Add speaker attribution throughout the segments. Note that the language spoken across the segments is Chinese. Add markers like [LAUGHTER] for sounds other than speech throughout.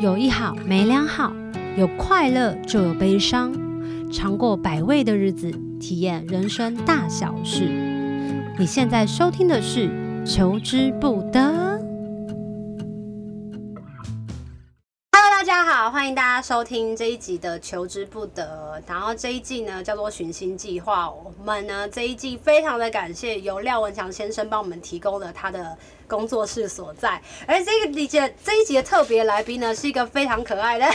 Speaker 1: 有一好没两好，有快乐就有悲伤，尝过百味的日子，体验人生大小事。你现在收听的是《求之不得》。Hello，大家好，欢迎大家收听这一集的《求之不得》。然后这一季呢叫做“寻星计划”，我们呢这一季非常的感谢由廖文强先生帮我们提供了他的工作室所在。而这个集的这一集的特别来宾呢，是一个非常可爱的，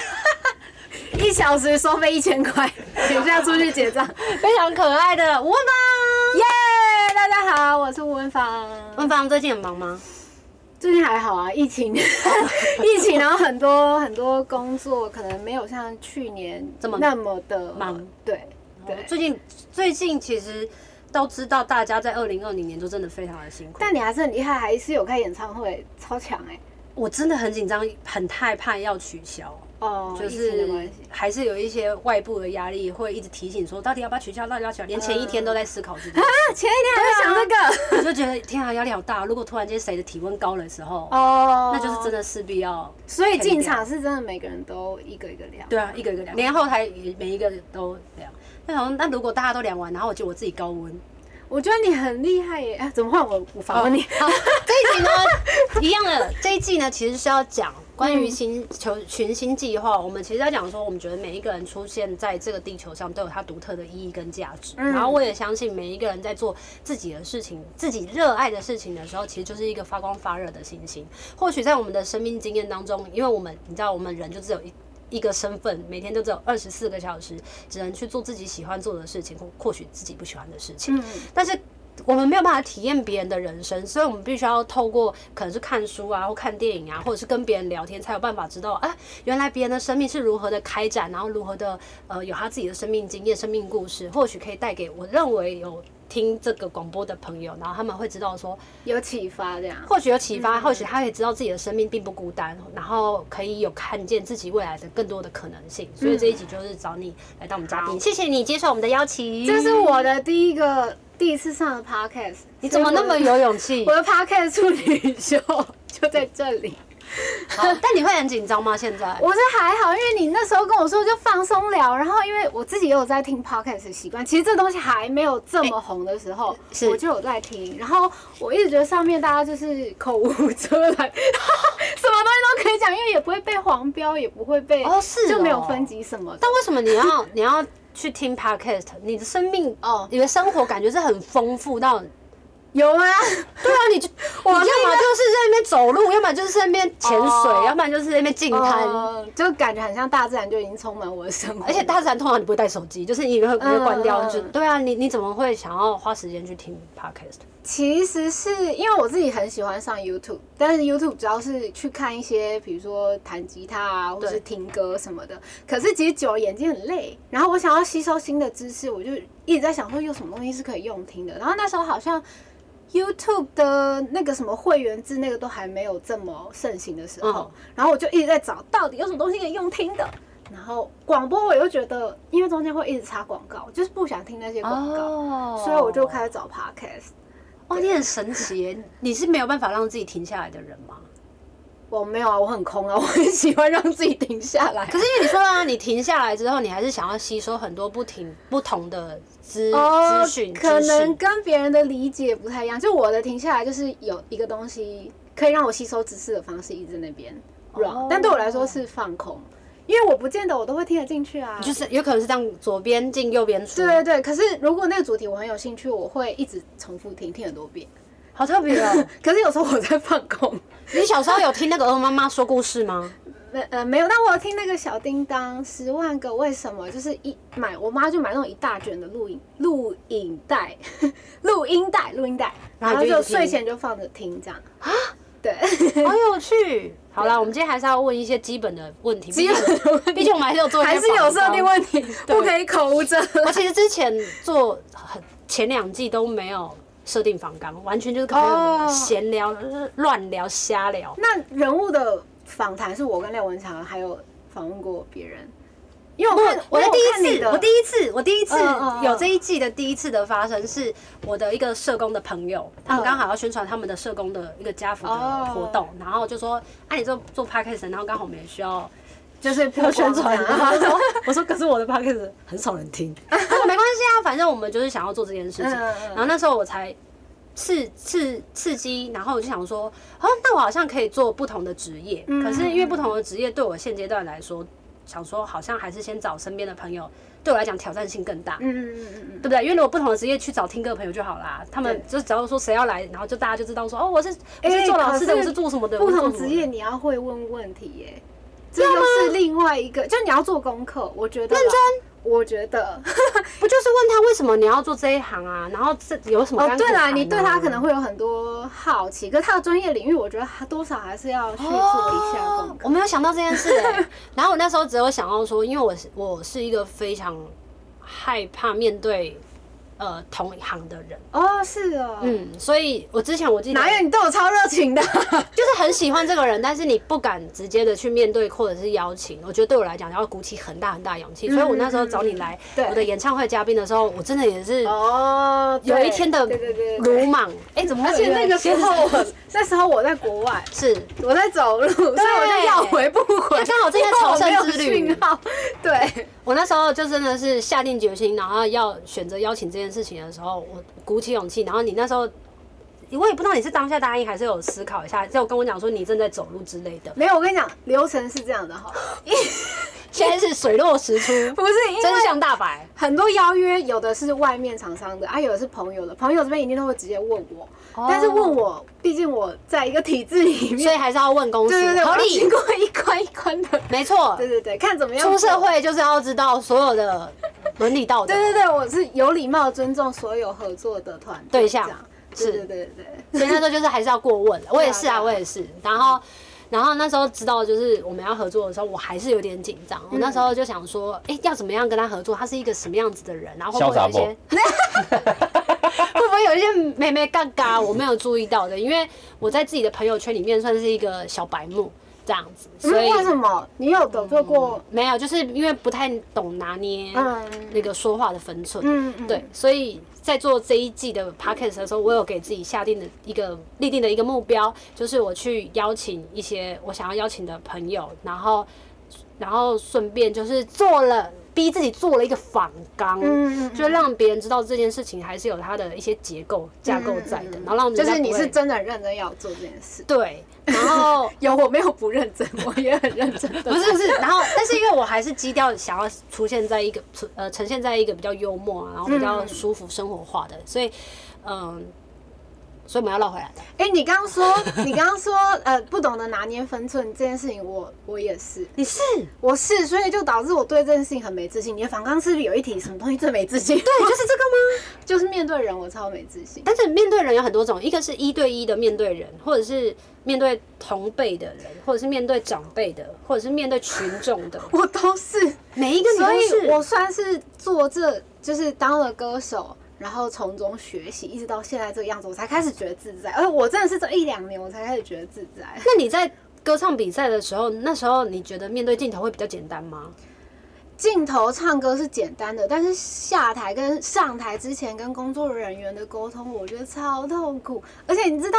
Speaker 2: 一小时收费一千块， [LAUGHS] 请假出去结账。
Speaker 1: 非常可爱的吴文芳。
Speaker 2: 耶、大家好，我是吴文芳。嗯
Speaker 1: 文芳最近很忙吗？
Speaker 2: 最近还好啊，疫情，
Speaker 1: 哦
Speaker 2: [LAUGHS] 疫情，然后很多很多工作可能没有像去年
Speaker 1: 这么
Speaker 2: 那么的
Speaker 1: 忙，哦
Speaker 2: 对对。
Speaker 1: 最近最近其实都知道，大家在二零二零年都真的非常的辛苦。
Speaker 2: 但你还是很厉害，还是有开演唱会，超强哎、
Speaker 1: 我真的很紧张，很害怕要取消，
Speaker 2: 哦，
Speaker 1: 就
Speaker 2: 疫情的
Speaker 1: 是
Speaker 2: 关系。
Speaker 1: 还是有一些外部的压力会一直提醒说，到底要不要取消，到底要不要取消，连前一天都在思考自己。
Speaker 2: [LAUGHS] 那前一天还在想这个。
Speaker 1: 我就觉得天啊，压力好大。如果突然间谁的体温高的时候，
Speaker 2: 哦，
Speaker 1: 那就是真。的势必要
Speaker 2: [LAUGHS] 所以进场是真的，每个人都一个一个聊。
Speaker 1: 对啊，一个一个量，连后台也每一个都量。那好像那如果大家都量完，然后我就我自己高温，
Speaker 2: 我觉得你很厉害耶！啊，怎么换我？我访问你。
Speaker 1: 好，这一集呢， [LAUGHS] 一样的这一季呢，其实是要讲关
Speaker 2: 嗯
Speaker 1: 于星球群星计划。我们其实要讲说，我们觉得每一个人出现在这个地球上都有它独特的意义跟价值。
Speaker 2: 嗯
Speaker 1: 然后我也相信，每一个人在做自己的事情、自己热爱的事情的时候，其实就是一个发光发热的星星。或许在我们的生命经验当中，因为我们你知道，我们人就只有一。一个身份，每天都只有二十四个小时，只能去做自己喜欢做的事情，或或许自己不喜欢的事情。
Speaker 2: 嗯，
Speaker 1: 但是我们没有办法体验别人的人生，所以我们必须要透过可能是看书啊，或看电影啊，或者是跟别人聊天，才有办法知道，哎、原来别人的生命是如何的开展，然后如何的呃有他自己的生命经验、生命故事，或许可以带给我认为有听这个广播的朋友，然后他们会知道说，
Speaker 2: 有启发这样。
Speaker 1: 或许有启发，或许他可以知道自己的生命并不孤单，然后可以有看见自己未来的更多的可能性。所以这一集就是找你来当我们嘉宾，谢谢你接受我们的邀请。
Speaker 2: 这是我的第一个第一次上的 podcast，
Speaker 1: 你怎么那
Speaker 2: [LAUGHS]
Speaker 1: 么有勇气？
Speaker 2: 所以我的我的 podcast 处女秀就在这里。
Speaker 1: 好但你会很紧张吗？现在？
Speaker 2: [LAUGHS] 我是还好，因为你那时候跟我说就放松聊，然后因为我自己也有在听 podcast 的习惯，其实这东西还没有这么红的时候，
Speaker 1: 是
Speaker 2: 我就有在听。然后我一直觉得上面大家就是口无遮拦，什么 [LAUGHS] 东西都可以讲，因为也不会被黄标，也不会被
Speaker 1: 哦是哦
Speaker 2: 就没有分级什么的
Speaker 1: 但。为什么你要 [LAUGHS] 你要去听 podcast？你的生命哦
Speaker 2: 哦，
Speaker 1: 你的生活感觉是很丰富到。
Speaker 2: 有吗？
Speaker 1: 对啊，
Speaker 2: [LAUGHS]
Speaker 1: 你就我要么就是在那边走路，要么就是在那边潜水，
Speaker 2: 哦
Speaker 1: 要不然就是在那边静滩。
Speaker 2: 哦就感觉很像大自然就已经充满我的生活，
Speaker 1: 而且大自然通常你不会带手机，就是你会不会关掉？
Speaker 2: 嗯嗯
Speaker 1: 就对啊，你你怎么会想要花时间去听 podcast？
Speaker 2: 其实是因为我自己很喜欢上 YouTube，但是 YouTube 主要是去看一些，比如说弹吉他啊，或
Speaker 1: 对
Speaker 2: 是听歌什么的。可是其实久了眼睛很累，然后我想要吸收新的知识，我就一直在想说有什么东西是可以用听的。然后那时候好像 YouTube 的那个什么会员制那个都还没有这么盛行的时候，
Speaker 1: 嗯
Speaker 2: 然后我就一直在找到底有什么东西可以用听的。然后广播我又觉得，因为中间会一直插广告，就是不想听那些广告，
Speaker 1: 哦
Speaker 2: 所以我就开始找 Podcast。
Speaker 1: 哇，你很神奇耶！你是没有办法让自己停下来的人吗？
Speaker 2: 我没有啊，我很空啊，我 [LAUGHS] 很喜欢让自己停下来。
Speaker 1: 可是因为你说啊，你停下来之后，你还是想要吸收很多不停不同的资
Speaker 2: 哦
Speaker 1: 资讯，
Speaker 2: 可
Speaker 1: 资
Speaker 2: 能
Speaker 1: 讯
Speaker 2: 跟别人的理解不太一样。就我的停下来，就是有一个东西可以让我吸收知识的方式一直在那边 run，、
Speaker 1: 哦
Speaker 2: 但对我来说是放空，因为我不见得我都会听得进去啊。
Speaker 1: 就是有可能是这样，左边进右边出，
Speaker 2: 对对对，可是如果那个主题我很有兴趣，我会一直重复听，听很多遍。
Speaker 1: 好特别哦。
Speaker 2: 可是有时候我在放空，
Speaker 1: 你小时候有听那个鹅妈妈说故事吗？
Speaker 2: 没呃没有，但我有听那个小叮当《十万个为什么》，就是一买我妈就买那种一大卷的录影录影带、 [LAUGHS] 录音带、录音带，
Speaker 1: 然
Speaker 2: 然
Speaker 1: 后
Speaker 2: 后
Speaker 1: 你就
Speaker 2: 就
Speaker 1: 一直听
Speaker 2: 睡前就放着听这样啊。 [LAUGHS] 对， [LAUGHS]
Speaker 1: 好有趣。好啦，我们今天还是要问一些基本的问题，
Speaker 2: 基本的问题
Speaker 1: 毕竟我们还是有做一些
Speaker 2: 还是有设定
Speaker 1: 访
Speaker 2: 问题，
Speaker 1: 对
Speaker 2: 不可以口无遮
Speaker 1: 纲。我
Speaker 2: 拦。 [LAUGHS]
Speaker 1: 其实之前做很前两季都没有设定访纲，完全就是可能
Speaker 2: 哦
Speaker 1: 闲聊、乱聊、瞎聊。
Speaker 2: 那人物的访谈是我跟廖文强还有访问过别人，因为我看
Speaker 1: 我的
Speaker 2: 因为看
Speaker 1: 第一
Speaker 2: 你
Speaker 1: 次，我第一次，我第一次
Speaker 2: 嗯嗯嗯
Speaker 1: 有这一季的第一次的发生，是我的一个社工的朋友，他们
Speaker 2: 嗯哦
Speaker 1: 刚好要宣传他们的社工的一个家福的活动，然后就说，哎，你做做 podcast，然后刚好我们也需要
Speaker 2: 就是
Speaker 1: 要宣传，
Speaker 2: 曝
Speaker 1: 然
Speaker 2: 光
Speaker 1: 后
Speaker 2: 啊
Speaker 1: 我就说， [LAUGHS] 我说可是我的 podcast 很少人 [LAUGHS] 听，他说没关系啊，反正我们就是想要做这件事情，
Speaker 2: 嗯嗯嗯
Speaker 1: 然后那时候我才。刺刺刺激，然后我就想说，哦，那我好像可以做不同的职业，
Speaker 2: 嗯
Speaker 1: 可是因为不同的职业对我现阶段来说，想说好像还是先找身边的朋友，对我来讲挑战性更大，
Speaker 2: 嗯嗯嗯嗯嗯，
Speaker 1: 对不对？因为如果不同的职业去找听歌的朋友就好啦，他们就只要说谁要来，然后就大家就知道说，哦，我是我是
Speaker 2: 哎
Speaker 1: 做老师的，
Speaker 2: 可是
Speaker 1: 我是做什么的，
Speaker 2: 不
Speaker 1: 我是
Speaker 2: 同
Speaker 1: 做什么
Speaker 2: 职
Speaker 1: 的
Speaker 2: 业你要会问问题耶、这又是另外一个，就你要做功课，我觉得认真，我觉 [LAUGHS] 得
Speaker 1: 不就是问他为什么你要做这一行啊？然后这有什么
Speaker 2: 哦，
Speaker 1: 甘苦
Speaker 2: 对啦，
Speaker 1: 谈
Speaker 2: 你对他可能
Speaker 1: 啊
Speaker 2: 会有很多好奇，可是他的专业领域，我觉得他多少还是要去做一下功
Speaker 1: 哦
Speaker 2: 课。
Speaker 1: 我没有想到这件事、欸，然后我那时候只有想到说，因为我是我是一个非常害怕面对呃同行的人，
Speaker 2: 哦，是哦，
Speaker 1: 嗯，所以我之前我记得
Speaker 2: 哪有你对我超热情的？
Speaker 1: 就是很喜欢这个人，但是你不敢直接的去面对或者是邀请，我觉得对我来讲要鼓起很大很大勇
Speaker 2: 嗯
Speaker 1: 气。所以我那时候找你来
Speaker 2: 对
Speaker 1: 我的演唱会嘉宾的时候，我真的也是
Speaker 2: [LAUGHS] 哦，对
Speaker 1: 有一天的
Speaker 2: 对对对对
Speaker 1: 鲁莽，哎，怎么会
Speaker 2: 而
Speaker 1: 有一
Speaker 2: 且
Speaker 1: 人
Speaker 2: 那个时
Speaker 1: 先
Speaker 2: [LAUGHS] 候我，那时候我在国外，
Speaker 1: 是
Speaker 2: 我在走路，所以我就要回不回
Speaker 1: 那。刚好这些朝
Speaker 2: 因为 [LAUGHS]
Speaker 1: 圣
Speaker 2: 我没有
Speaker 1: 之旅
Speaker 2: 讯，号，对，
Speaker 1: 我那时候就真的是下定决心，然后要选择邀请这件事情的时候，我鼓起勇气。然后你那时候，我也不知道你是当下答应还是有思考一下，就跟我讲说你正在走路之类的。
Speaker 2: 没有，我跟你讲，流程是这样的哈，
Speaker 1: [LAUGHS] 现在是水落石出，
Speaker 2: [LAUGHS] 不是因
Speaker 1: 真
Speaker 2: 为
Speaker 1: 相大白。
Speaker 2: 很多邀约，有的是外面厂商的，啊，有的是朋友的，朋友这边一定都会直接问我，
Speaker 1: 哦
Speaker 2: 但是问我，毕竟我在一个体制里
Speaker 1: 所
Speaker 2: [LAUGHS] 面，
Speaker 1: 以还是要问 [LAUGHS] 公司，
Speaker 2: 对对对，
Speaker 1: 合
Speaker 2: 我要经
Speaker 1: 理，
Speaker 2: 过一关一关 [LAUGHS] 的，
Speaker 1: 没错
Speaker 2: 对。对对，看怎么样
Speaker 1: 出社
Speaker 2: 做。
Speaker 1: 会就是要知道所有的伦理道德
Speaker 2: 对。对对，我是有礼貌尊重所有合作的团队
Speaker 1: 对象
Speaker 2: 这样
Speaker 1: 是
Speaker 2: 对对对对对。
Speaker 1: 所以那时候就是还是要过问，我也是
Speaker 2: 对
Speaker 1: 啊，
Speaker 2: 啊
Speaker 1: 我也是。然后，然后那时候知道就是我们要合作的时候，我还是有点紧张。我那时
Speaker 2: 嗯
Speaker 1: 候就想说，哎，要怎么样跟他合作？他是一个什么样子的人？然后会不会有一些， [LAUGHS] 会不会有一些妹妹嘎嘎我没有注意到的？因为我在自己的朋友圈里面算是一个小白目这样子，
Speaker 2: 嗯
Speaker 1: 所以
Speaker 2: 为什么你有得罪过？
Speaker 1: 没有，就是因为不太懂拿捏
Speaker 2: 嗯
Speaker 1: 那个说话的分寸。
Speaker 2: 嗯，嗯
Speaker 1: 对，，所以在做这一季的 podcast 的时候，我有给自己下定的一个立定的一个目标，就是我去邀请一些我想要邀请的朋友，然后然后顺便就是做了逼自己做了一个反纲。
Speaker 2: 嗯嗯嗯
Speaker 1: 就让别人知道这件事情还是有它的一些结构架构在的，然后让人
Speaker 2: 嗯就
Speaker 1: 家
Speaker 2: 是
Speaker 1: 不
Speaker 2: 你是
Speaker 1: 会
Speaker 2: 真的很认真要做这件事。
Speaker 1: 对，然后
Speaker 2: 有我没有不认真，我也很认真的。
Speaker 1: [LAUGHS] 不是不是，然后但是因为我还是基调想要出现在一个出呃呈现在一个比较幽默啊，然后比较舒服生活化的，所以嗯，所以我们要绕回来的。
Speaker 2: 哎、你刚刚说，你刚刚说，呃，不懂得拿捏分寸这件事情我，我也是，
Speaker 1: 你是
Speaker 2: 我是，所以就导致我对这件事情很没自信。你的反刚是不是有一题什么东西最没自信？ [LAUGHS]
Speaker 1: 对，就是这个吗？
Speaker 2: 就是面对人，我超没自信。
Speaker 1: 但是面对人有很多种，一个是一对一的面对人，或者是面对同辈的人，或者是面对长辈的，或者是面对群众
Speaker 2: [LAUGHS]
Speaker 1: 的，
Speaker 2: 我都是，
Speaker 1: 每一个你
Speaker 2: 所
Speaker 1: 都
Speaker 2: 以
Speaker 1: 是。
Speaker 2: 我算是做这，就是当了歌手，然后从中学习，一直到现在这个样子，我才开始觉得自在。而我真的是这一两年，我才开始觉得自在。
Speaker 1: 那你在歌唱比赛的时候，那时候你觉得面对镜头会比较简单吗？
Speaker 2: 镜头唱歌是简单的，但是下台跟上台之前跟工作人员的沟通，我觉得超痛苦。而且你知道，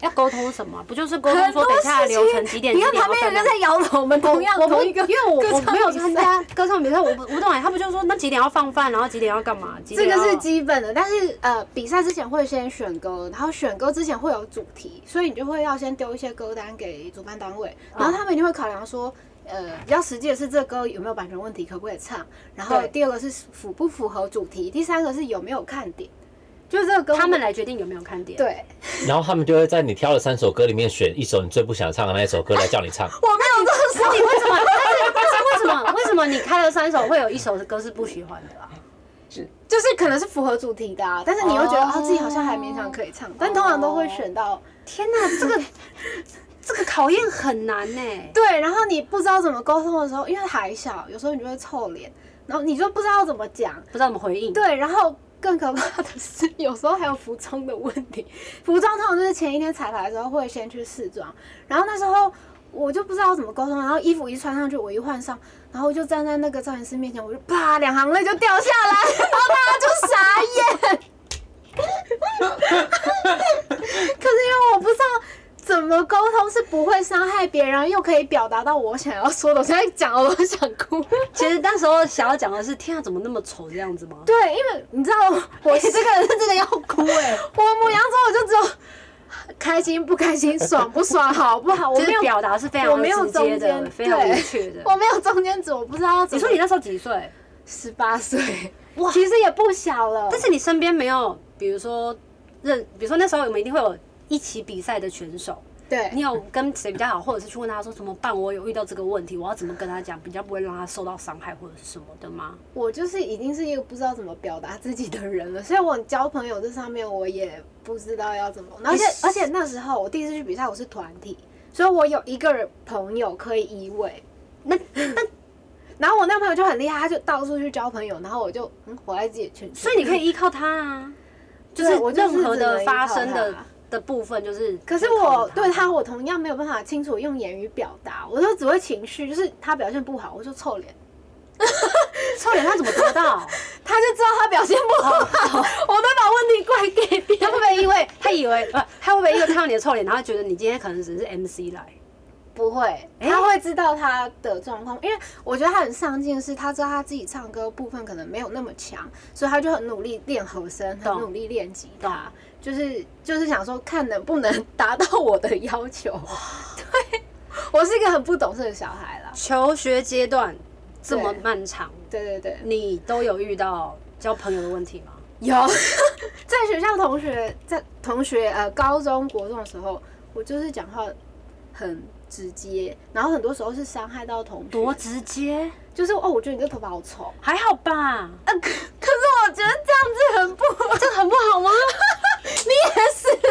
Speaker 1: 要沟通什么？不就是沟通
Speaker 2: 很
Speaker 1: 说
Speaker 2: 多
Speaker 1: 等一下的
Speaker 2: 事情
Speaker 1: 流程几点？
Speaker 2: 你看
Speaker 1: 几点
Speaker 2: 旁边有
Speaker 1: 要
Speaker 2: 一
Speaker 1: 干
Speaker 2: 个
Speaker 1: 嘛
Speaker 2: 在摇头，我们同样
Speaker 1: 我不
Speaker 2: 同一个，
Speaker 1: 因为我
Speaker 2: 歌
Speaker 1: 我
Speaker 2: 唱
Speaker 1: 没有
Speaker 2: 比
Speaker 1: 参
Speaker 2: 赛。
Speaker 1: 加歌唱比赛，我不我不懂哎，他不就说那几点要放饭，然后几点要干嘛？几
Speaker 2: 这
Speaker 1: 点
Speaker 2: 个
Speaker 1: 要
Speaker 2: 是基本的，但是呃，比赛之前会先选歌，然后选歌之前会有主题，所以你就会要先丢一些歌单给主办单位，然后他们一定会考量说，呃，比较实际的是这歌有没有版权问题，可不可以唱，然后
Speaker 1: 对
Speaker 2: 第二个是符不符合主题，第三个是有没有看点，就是这个歌
Speaker 1: 他们来决定有没有看点。，
Speaker 2: 对
Speaker 3: 然后他们就会在你挑的三首歌里面选一首你最不想唱的那一首歌来叫你唱。
Speaker 2: 我没有这
Speaker 1: 你为什么？但是但是为什么？为什么你开了三首，会有一首歌是不喜欢的啊？
Speaker 2: 就是可能是符合主题的、啊，但是你又觉得
Speaker 1: 哦
Speaker 2: 哦自己好像还勉强可以唱，但通常都会选到
Speaker 1: 天哪，这个这个考验很难呢。
Speaker 2: 对，然后你不知道怎么沟通的时候，因为还小，有时候你就会臭脸，然后你就不知道怎么讲，
Speaker 1: 不知道怎么回应。
Speaker 2: 对，然后更可怕的是，有时候还有服装的问题。服装通常就是前一天彩排的时候会先去试妆，然后那时候我就不知道怎么沟通，然后衣服一穿上去，我一换上，然后就站在那个造型师面前，我就啪两行泪就掉下来，然后大家就傻眼。 [LAUGHS] 可是因为我不知道怎么沟通是不会伤害别人，然后又可以表达到我想要说的，我现在讲我都想哭。
Speaker 1: 其实那时候想要讲的是，天啊，怎么那么丑这样子吗？
Speaker 2: 对，因为你知道 [LAUGHS] 我
Speaker 1: 我这个人真的要哭哎、
Speaker 2: 我母羊座，我就只有开心不开心，爽不爽，好不好？我
Speaker 1: 就
Speaker 2: 没
Speaker 1: 是
Speaker 2: 有
Speaker 1: 表达是非
Speaker 2: 我
Speaker 1: 常
Speaker 2: 没有
Speaker 1: 直接
Speaker 2: 中
Speaker 1: 的，
Speaker 2: 间
Speaker 1: 非常明
Speaker 2: 对
Speaker 1: 确 [LAUGHS] 的。
Speaker 2: 我没有中间值，我不知道怎
Speaker 1: 你
Speaker 2: 么。
Speaker 1: 说你那时候几岁？
Speaker 2: 十八岁，
Speaker 1: 哇
Speaker 2: 其实也不小了。
Speaker 1: 但是你身边没有，比如说认，比如说那时候我们一定会有一起比赛的选手，
Speaker 2: 对
Speaker 1: 你有跟谁比较好，或者是去问他说怎么办？我有遇到这个问题，我要怎么跟他讲，比较不会让他受到伤害或者是什么的吗？
Speaker 2: 我就是已经是一个不知道怎么表达自己的人了，所以我交朋友这上面我也不知道要怎么。而且而且那时候我第一次去比赛，我是团体，所以我有一个人朋友可以依偎。
Speaker 1: 那
Speaker 2: [LAUGHS] 然后我那朋友就很厉害，他就到处去交朋友，然后我就嗯活在自己的圈子。
Speaker 1: 所以你可以依靠他啊，就
Speaker 2: 对
Speaker 1: 是
Speaker 2: 我就是
Speaker 1: 任何
Speaker 2: 只能
Speaker 1: 的
Speaker 2: 依
Speaker 1: 发
Speaker 2: 靠
Speaker 1: 生的
Speaker 2: 他
Speaker 1: 的部分，就是
Speaker 2: 可是
Speaker 1: 依靠
Speaker 2: 我对他，我同样没有办法清楚用言语表达，我就只会情绪，就是他表现不好，我就臭脸，
Speaker 1: 臭脸他怎么得到？ [LAUGHS]
Speaker 2: 他就知道他表现不好，我都把问题怪给别
Speaker 1: 他会。
Speaker 2: 人
Speaker 1: 不会因为他以 [LAUGHS] 为不，他会不会因为看到你的臭脸，然后觉得你今天可能只是 MC 来？
Speaker 2: 不会，
Speaker 1: 诶
Speaker 2: 他会知道他的状况，因为我觉得他很上进，是他知道他自己唱歌部分可能没有那么强，所以他就很努力练和声，很
Speaker 1: 懂
Speaker 2: 努力练吉
Speaker 1: 懂
Speaker 2: 他，就是就是想说看能不能达到我的要求。 [LAUGHS] 对，我是一个很不懂事的小孩啦。
Speaker 1: 求学阶段这么
Speaker 2: 对
Speaker 1: 漫长，
Speaker 2: 对对对，
Speaker 1: 你都有遇到交朋友的问题吗？
Speaker 2: 有 [LAUGHS] 在学校同学在同学呃高中国中的时候，我就是讲话很直接，然后很多时候是伤害到同
Speaker 1: 多
Speaker 2: 学，
Speaker 1: 直接，
Speaker 2: 就是哦，我觉得你这头发好丑。
Speaker 1: 还好吧？
Speaker 2: 呃，可可是我觉得这样子很不，这很不好吗？ [LAUGHS] 你也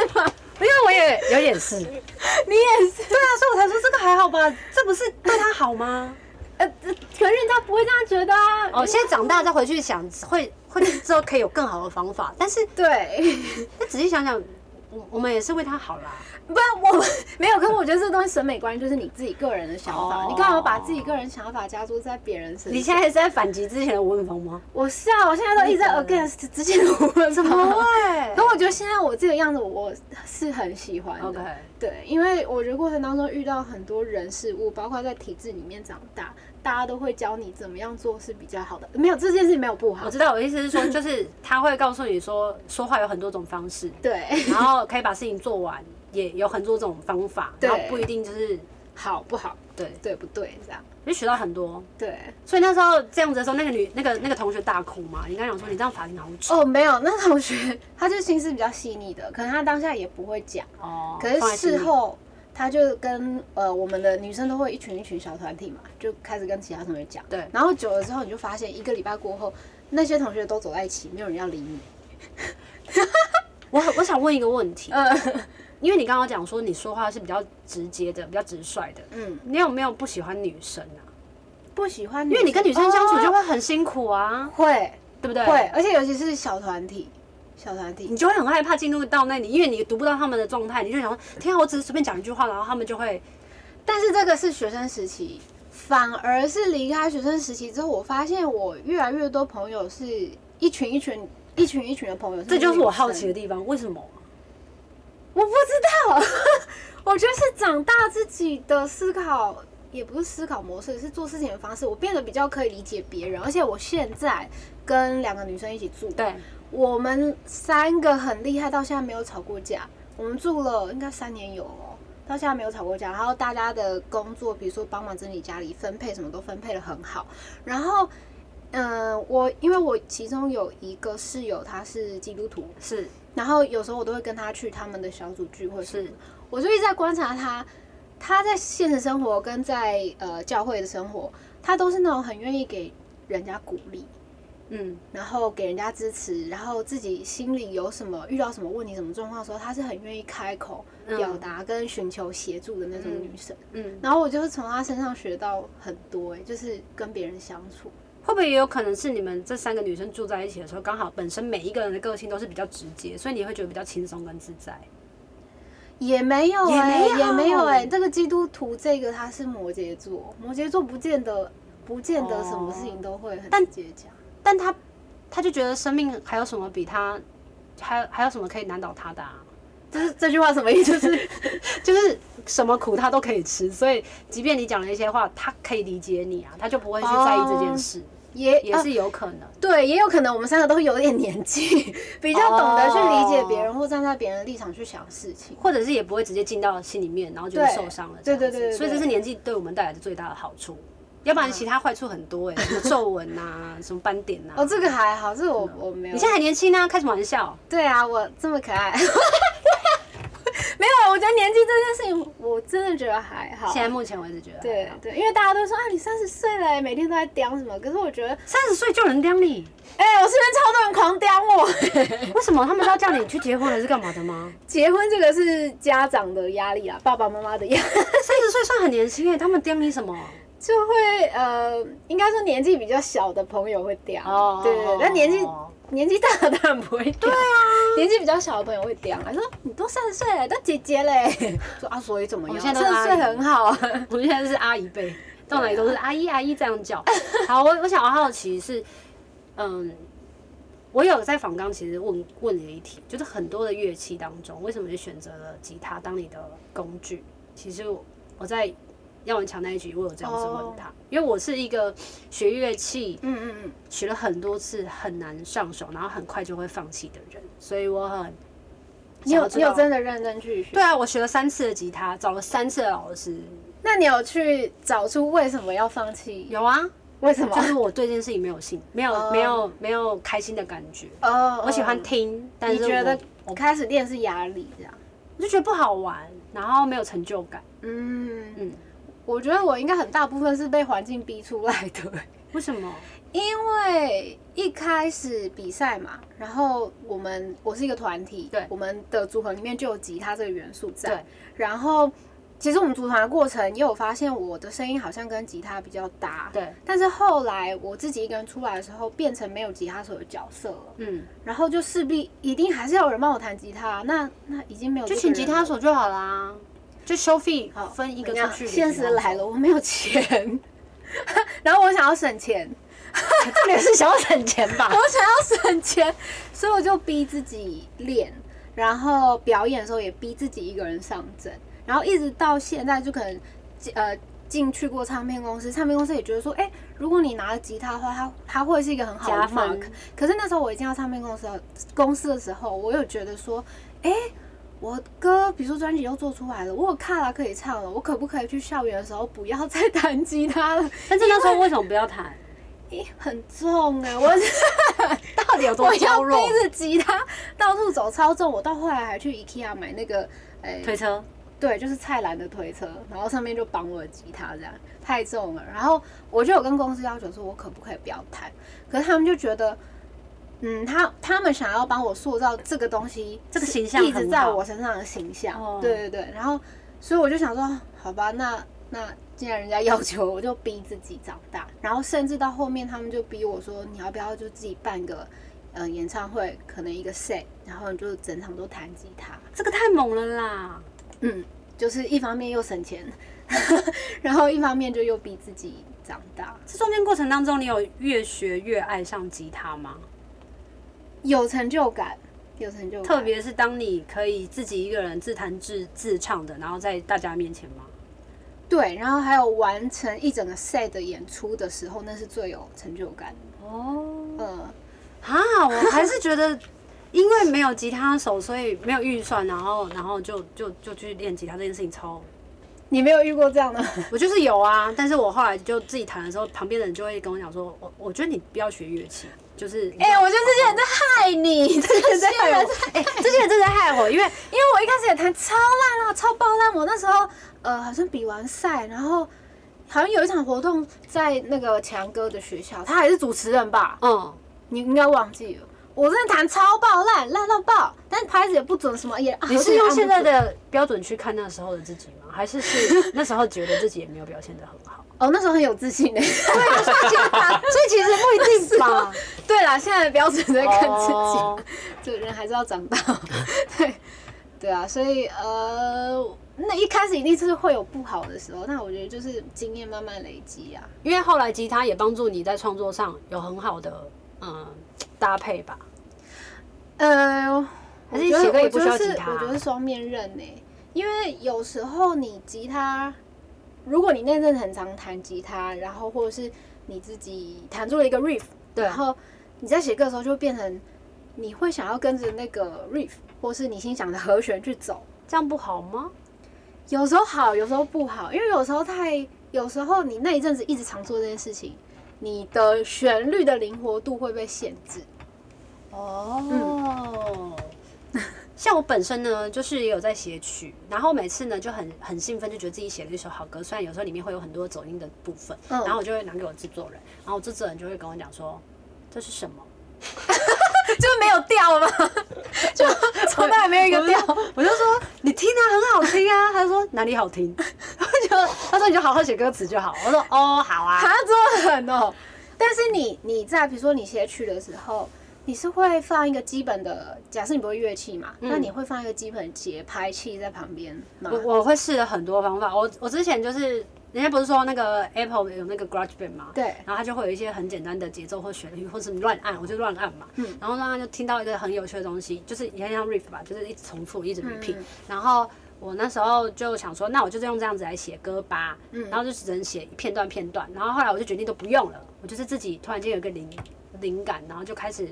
Speaker 2: 是嘛，
Speaker 1: 因为我也有点事，对
Speaker 2: 你也是。
Speaker 1: 啊，所以我才说这个还好吧，这不是对他好吗？
Speaker 2: 呃，这可是人家不会这样觉得啊。
Speaker 1: 哦，现在长大再回去想，会会知道可以有更好的方法，但是
Speaker 2: 对，
Speaker 1: 那仔细想想，我我们也是为他好啦。
Speaker 2: 不然我没有。可是我觉得这东西审美观就是你自己个人的想法，
Speaker 1: 哦
Speaker 2: 你干嘛把自己个人想法加注在别人身上？
Speaker 1: 你现在是在反击之前的文风 [LAUGHS] 吗？
Speaker 2: 我是啊，我现在都一直在
Speaker 1: 那个
Speaker 2: against 之前的我怎
Speaker 1: 会 [LAUGHS]
Speaker 2: [LAUGHS] 可我觉得现在我自己的样子，我是很喜欢的。
Speaker 1: OK
Speaker 2: 对，因为我觉得过程当中遇到很多人事物，包括在体制里面长大，大家都会教你怎么样做是比较好的。没有这件事情没有不好
Speaker 1: 我，知道，我意思是说，就是他会告诉你说，说话有很多种方 [LAUGHS] 式，
Speaker 2: 对，
Speaker 1: 然后可以把事情做完，也有很多种方法，
Speaker 2: 对
Speaker 1: 然后不一定就是
Speaker 2: 好不好，
Speaker 1: 对，
Speaker 2: 对不对？这样，
Speaker 1: 就学到很多。
Speaker 2: 对。
Speaker 1: 所以那时候这样子的时候，那个女、那个那个同学大哭嘛，你刚讲说你这样发型好丑
Speaker 2: 哦，没有，那同学他就心思比较细腻的，可能他当下也不会讲，
Speaker 1: 哦
Speaker 2: 可是事，后。他就跟呃我们的女生都会一群一群小团体嘛，就开始跟其他同学讲。
Speaker 1: 对
Speaker 2: 然后久了之后，你就发现一个礼拜过后，那些同学都走在一起，没有人要理你。
Speaker 1: 我我想问一个问题，
Speaker 2: 呃，
Speaker 1: [LAUGHS] 因为你刚刚讲说你说话是比较直接的，比较直率的，
Speaker 2: 嗯，
Speaker 1: 你有没有不喜欢女生啊？
Speaker 2: 不喜欢，
Speaker 1: 因为你跟女生相处就
Speaker 2: 哦
Speaker 1: 会很辛苦啊，
Speaker 2: 会
Speaker 1: 对不对？
Speaker 2: 会，而且尤其是小团体，小团
Speaker 1: 你
Speaker 2: 体，
Speaker 1: 就会很害怕进入到那里，因为你读不到他们的状态，你就想说，天啊，我只是随便讲一句话，然后他们就会
Speaker 2: 但是这个是学生时期，反而是离开学生时期之后，我发现我越来越多朋友是一群一群、一群一群的朋友，
Speaker 1: 这就是我好
Speaker 2: 女
Speaker 1: 奇
Speaker 2: 生
Speaker 1: 的，地方，为什么啊？
Speaker 2: 我不知道， [LAUGHS] 我觉得是长大自己的思考。也不是思考模式，是做事情的方式。我变得比较可以理解别人，而且我现在跟两个女生一起住，
Speaker 1: 对，
Speaker 2: 我们三个很厉害，到现在没有吵过架。我们住了应该三年有哦，到现在没有吵过架。然后大家的工作，比如说帮忙整理家里、分配什么都分配的很好。然后，嗯、我因为我其中有一个室友他是基督徒，
Speaker 1: 是
Speaker 2: 然后有时候我都会跟他去他们的小组聚会，
Speaker 1: 是，
Speaker 2: 我就一直在观察他，他在现实生活跟在呃教会的生活，他都是那种很愿意给人家鼓励。
Speaker 1: 嗯，
Speaker 2: 然后给人家支持，然后自己心里有什么遇到什么问题、什么状况的时候，她是很愿意开口
Speaker 1: 嗯
Speaker 2: 表达跟寻求协助的那种女生。
Speaker 1: 嗯，
Speaker 2: 然后我就是从她身上学到很多、欸，就是跟别人相处。
Speaker 1: 会不会也有可能是你们这三个女生住在一起的时候，刚好本身每一个人的个性都是比较直接，所以你会觉得比较轻松跟自在？
Speaker 2: 也没有
Speaker 1: 也
Speaker 2: 哎、
Speaker 1: 没有
Speaker 2: 也没有哎、这个基督徒这个他是摩羯座，摩羯座不见得不见得什么事情都会很
Speaker 1: 但
Speaker 2: 直接讲。
Speaker 1: 但他他就觉得生命还有什么比他还还有什么可以难倒他的、啊？就是这句话什么意思？就是就是什么苦他都可以吃，所以即便你讲了一些话，他可以理解你啊，他就不会去在意这件事，
Speaker 2: [LAUGHS] 也
Speaker 1: 也
Speaker 2: 呃
Speaker 1: 是有可能。
Speaker 2: 对，也有可能我们三个都有点年纪， [LAUGHS] 比较懂得去理解别人或站在别人的立场去想事情。
Speaker 1: 或者是也不会直接进到心里面，然后觉得
Speaker 2: 对
Speaker 1: 受伤了这
Speaker 2: 对
Speaker 1: 样子。
Speaker 2: 对对对
Speaker 1: 所以这
Speaker 2: 对
Speaker 1: 是年纪对我们带来的最大的好处，要不然其他坏处很多哎、
Speaker 2: [LAUGHS]
Speaker 1: 什么皱纹啊，什么斑点啊。
Speaker 2: 哦，这个还好，这个我我没有。
Speaker 1: 你现在还年轻啊，开什么玩笑？
Speaker 2: 对啊，我这么可爱。 [LAUGHS] 没有，我觉得年纪这件事情，我真的觉得还好。
Speaker 1: 现在目前为止觉得还
Speaker 2: 对
Speaker 1: 好，
Speaker 2: 对，因为大家都说啊，你三十岁了，每天都在叼什么？可是我觉得，
Speaker 1: 三十岁就能刁你，
Speaker 2: 哎、我身边超多人狂叼我。 [LAUGHS]
Speaker 1: 为什么他们都要叫你去结婚还是干嘛的吗？
Speaker 2: 结婚这个是家长的压力啊啦，爸爸妈妈的压力，
Speaker 1: 三十岁算很年轻哎、他们刁你什么？
Speaker 2: 就会呃，应该说年纪比较小的朋友会叼。
Speaker 1: 哦
Speaker 2: 对对对，但年纪
Speaker 1: 哦
Speaker 2: 年纪大的当然不会叼。对啊，年纪比较小的朋友会叼，他说你都三十岁了，都姐姐嘞。 [LAUGHS] 说啊，所以怎么
Speaker 1: 我
Speaker 2: 样？
Speaker 1: 们现
Speaker 2: 三
Speaker 1: 在都
Speaker 2: 十岁
Speaker 1: 阿姨
Speaker 2: 很 [LAUGHS] 好啊。
Speaker 1: 我们现在就是阿姨辈，到哪里都是阿姨阿姨这样叫。好，我我想要好奇是，嗯，我有在访纲其实问问了一题，就是很多的乐器当中，为什么你选择了吉他当你的工具？其实我我在耀文强那一局，我有这样子问他因为我是一个学乐器
Speaker 2: 嗯嗯嗯。
Speaker 1: 学了很多次很难上手，然后很快就会放弃的人，所以我很
Speaker 2: 你
Speaker 1: 想
Speaker 2: 有
Speaker 1: 要知
Speaker 2: 你有
Speaker 1: 道
Speaker 2: 真的认真去学？
Speaker 1: 对，啊，我学了三次的吉他，找了三次的老师，
Speaker 2: 那你有去找出为什么要放弃？
Speaker 1: 有啊，
Speaker 2: 为什么
Speaker 1: 就？是我对这件事情没有兴，没有、
Speaker 2: 哦
Speaker 1: 没有没有开心的感觉。
Speaker 2: [LAUGHS] 哦
Speaker 1: 我喜欢
Speaker 2: 哦
Speaker 1: 听，但
Speaker 2: 你
Speaker 1: 是
Speaker 2: 觉得
Speaker 1: 我
Speaker 2: 我开始练是压力这样？
Speaker 1: 我就觉得不好玩，然后没有成就感。
Speaker 2: 嗯
Speaker 1: 嗯
Speaker 2: 嗯，我觉得我应该很大部分是被环境逼出来的， [LAUGHS]
Speaker 1: 为什么？
Speaker 2: 因为一开始比赛嘛，然后我们我是一个团体，
Speaker 1: 对
Speaker 2: 我们的组合里面就有吉他这个元素在
Speaker 1: 对，，
Speaker 2: 然后。其实我们组团的过程也有发现，我的声音好像跟吉他比较搭。
Speaker 1: 对。
Speaker 2: 但是后来我自己一个人出来的时候，变成没有吉他手的角色了。
Speaker 1: 嗯，
Speaker 2: 然后就势必一定还是要有人帮我弹吉他，那那已经没有
Speaker 1: 就
Speaker 2: 这个
Speaker 1: 请
Speaker 2: 人
Speaker 1: 吉他
Speaker 2: 了
Speaker 1: 手就好啦，就收费
Speaker 2: 哦好
Speaker 1: 分一个
Speaker 2: 怎么样
Speaker 1: 出去。
Speaker 2: 现实来了，，我没有钱， [LAUGHS] 然后我想要省钱，
Speaker 1: 重点是想要省钱
Speaker 2: [LAUGHS]
Speaker 1: 吧？
Speaker 2: 我想要省钱，所以我就逼自己练，然后表演的时候也逼自己一个人上阵，然后一直到现在就可能呃进去过唱片公司，唱片公司也觉得说，哎、如果你拿了吉他的话，它它会是一个很好的
Speaker 1: 加分
Speaker 2: mark。可是那时候我一进到唱片公司的公司的时候，我有觉得说，哎、我歌，比如说专辑都做出来了，我有卡拉可以唱了，我可不可以去校园的时候不要再 [LAUGHS] 弹吉他了？
Speaker 1: 但是那时候为什么不要
Speaker 2: [LAUGHS]
Speaker 1: 弹？
Speaker 2: 咦、很重哎、我。 [LAUGHS]
Speaker 1: 到底有
Speaker 2: 我
Speaker 1: 多
Speaker 2: 要
Speaker 1: 娇弱？
Speaker 2: 背着吉他到处走，超重。我到后来还去 IKEA 买那个，哎、
Speaker 1: 推车，
Speaker 2: 对，就是菜篮的推车，然后上面就绑我的吉他，这样太重了。然后我就有跟公司要求说，我可不可以不要弹？可是他们就觉得，嗯，他他们想要帮我塑造这个东西，
Speaker 1: 这个形象
Speaker 2: 一直
Speaker 1: 很
Speaker 2: 在
Speaker 1: 好
Speaker 2: 我身上的形象。
Speaker 1: 哦
Speaker 2: 对对对，然后所以我就想说，好吧，那那既然人家要求，我就逼自己长大。然后甚至到后面，他们就逼我说，你要不要就自己办个呃演唱会，可能一个 set，然后你就整场都弹吉他。
Speaker 1: 这个太猛了啦！
Speaker 2: 嗯，就是一方面又省钱，然后一方面就又逼自己长大。
Speaker 1: 这中间过程当中，你有越学越爱上吉他吗？
Speaker 2: 有成就感，有成就感。
Speaker 1: 特别是当你可以自己一个人自弹自自唱的，然后在大家面前吗？
Speaker 2: 对，然后还有完成一整个 set 的演出的时候，那是最有成就感的。
Speaker 1: 哦，
Speaker 2: 嗯，
Speaker 1: 啊，我还是觉得，因为没有吉他手，所以没有预算，然后然后就就就去练吉他这件事情超，
Speaker 2: 你没有遇过这样的？
Speaker 1: 我就是有啊， [LAUGHS] 但是我后来就自己弹的时候，旁边的人就会跟我讲说，我我觉得你不要学乐器，就是
Speaker 2: [LAUGHS] [LAUGHS] 哎、我觉得这些人在害你， [LAUGHS] 这些人在害我。
Speaker 1: 哎、 [LAUGHS] 这些人真的在害我，因为
Speaker 2: 因为我一开始也弹超烂了，啊超爆烂。我那时候呃，好像比完赛，然后好像有一场活动在那个强哥的学校，他还是主持人吧？
Speaker 1: 嗯，
Speaker 2: 你应该忘记了，我真的弹超爆烂，烂到爆，但是拍子也不准，什么也
Speaker 1: 你是用现在？
Speaker 2: 啊有点按不准
Speaker 1: 的标准去看那时候的自己吗？还是
Speaker 2: [LAUGHS]
Speaker 1: 是那时候觉得自己也没有表现的很好？
Speaker 2: 哦，那时候很有自信啊的。
Speaker 1: 对，啊所以其实所以其实不一
Speaker 2: [LAUGHS]
Speaker 1: 定吧，
Speaker 2: 对啦，现在的标准在看自己，
Speaker 1: 哦
Speaker 2: 对人还是要长大。对，对啊，所以呃，那一开始一定是会有不好的时候，那我觉得就是经验慢慢累积啊。
Speaker 1: 因为后来吉他也帮助你在创作上有很好的嗯搭配吧。
Speaker 2: 呃，
Speaker 1: 还
Speaker 2: 我
Speaker 1: 是
Speaker 2: 觉
Speaker 1: 写
Speaker 2: 得
Speaker 1: 歌也
Speaker 2: 我
Speaker 1: 不
Speaker 2: 觉
Speaker 1: 需要
Speaker 2: 得
Speaker 1: 吉
Speaker 2: 是
Speaker 1: 他
Speaker 2: 我觉得是双面刃呢、因为有时候你吉他，如果你那阵很常弹吉他，然后或者是你自己弹出了一个 riff，
Speaker 1: 对
Speaker 2: 然后你在写歌的时候就会变成你会想要跟着那个 riff 或是你心想的和弦去走，
Speaker 1: 这样不好吗？
Speaker 2: 有时候好，有时候不好，因为有时候太，有时候你那一阵子一直常做这件事情，你的旋律的灵活度会被限制。
Speaker 1: 哦，像我本身呢，就是也有在写曲，然后每次呢就很很兴奋，就觉得自己写了一首好歌。虽然有时候里面会有很多走音的部分，
Speaker 2: 嗯
Speaker 1: 然后我就会拿给我制作人，然后我制作人就会跟我讲说这是什么，
Speaker 2: [LAUGHS] 就是没有调吗？
Speaker 1: [LAUGHS]
Speaker 2: 就从来没有一个调。
Speaker 1: 我就说你听啊，很好听啊。他就说哪里好听？ [LAUGHS] 我就他说你就好好写歌词就好。我说哦，好啊。
Speaker 2: 啊，这么狠哦！但是你你在比如说你写曲的时候，你是会放一个基本的，假设你不会乐器嘛，那你会放一个基本节拍器在旁边吗？
Speaker 1: 我嗯我会试了很多方法。我我之前就是，人家不是说那个 Apple 有那个 GarageBand 嘛，
Speaker 2: 对
Speaker 1: 然后它就会有一些很简单的节奏或旋律，或是你乱按，我就乱按嘛，
Speaker 2: 嗯
Speaker 1: 然后乱按就听到一个很有趣的东西，就是也很像 riff 吧，就是一直重复，一直 repeat，、
Speaker 2: 嗯
Speaker 1: 然后。我那时候就想说，那我就用这样子来写歌吧，
Speaker 2: 嗯
Speaker 1: 然后就只能写片段片段，然后后来我就决定都不用了，我就是自己突然间有一个灵灵感，然后就开始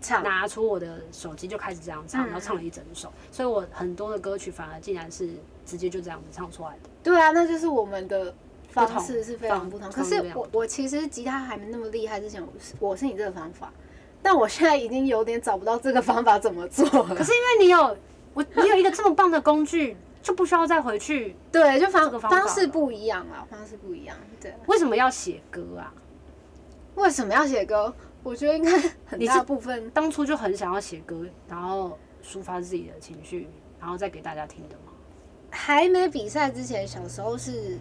Speaker 2: 唱
Speaker 1: 拿出我的手机就开始这样唱，
Speaker 2: 嗯
Speaker 1: 然后唱了一整首，所以我很多的歌曲反而竟然是直接就这样子唱出来的。
Speaker 2: 对啊，那就是我们的
Speaker 1: 不
Speaker 2: 方
Speaker 1: 同
Speaker 2: 式是非常不同。
Speaker 1: 方
Speaker 2: 可
Speaker 1: 方式
Speaker 2: 是
Speaker 1: 不一样
Speaker 2: 我我其实吉他还没那么厉害之前，我是我是你这个方法，但我现在已经有点找不到这个方法怎么做了。
Speaker 1: 可是因为你有我，你有一个这么棒的工具，就不需要再回去。
Speaker 2: 对，就
Speaker 1: 这
Speaker 2: 方
Speaker 1: 个方法
Speaker 2: 方式不一样啊，方式不一样。对，
Speaker 1: 为什么要写歌啊？
Speaker 2: 为什么要写歌？我觉得应该很
Speaker 1: 你是
Speaker 2: 大部分
Speaker 1: 当初就很想要写歌，然后抒发自己的情绪，然后再给大家听的吗？
Speaker 2: 还没比赛之前，小时候是，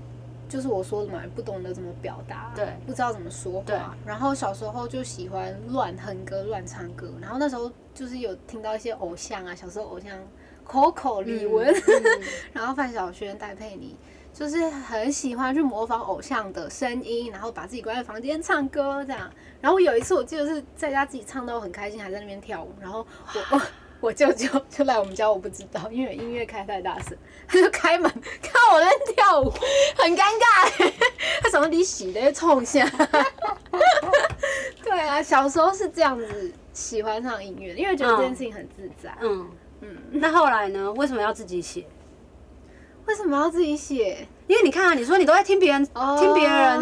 Speaker 2: 就是我说的嘛，不懂得怎么表达，
Speaker 1: 对
Speaker 2: 不知道怎么说
Speaker 1: 对
Speaker 2: 话。然后小时候就喜欢乱哼歌、乱唱歌，然后那时候就是有听到一些偶像啊，小时候偶像 Coco
Speaker 1: 嗯
Speaker 2: 李玟，然后范晓萱、戴佩妮。就是很喜欢去模仿偶像的声音，然后把自己关在房间唱歌这样。然后我有一次我记得是在家自己唱到很开心，还在那边跳舞。然后我 [LAUGHS] 我我舅舅就来我们家，我不知道，因为音乐开太大声，他就开门看我在跳舞，很尴尬。欸 [LAUGHS] 他什么你洗的冲下？对啊，小时候是这样子喜欢上音乐，因为觉得这件事情很自在。
Speaker 1: 嗯嗯。那后来呢？为什么要自己写？
Speaker 2: 为什么要自己写？
Speaker 1: 因为你看啊，你说你都在听别人、
Speaker 2: 哦
Speaker 1: 听别人，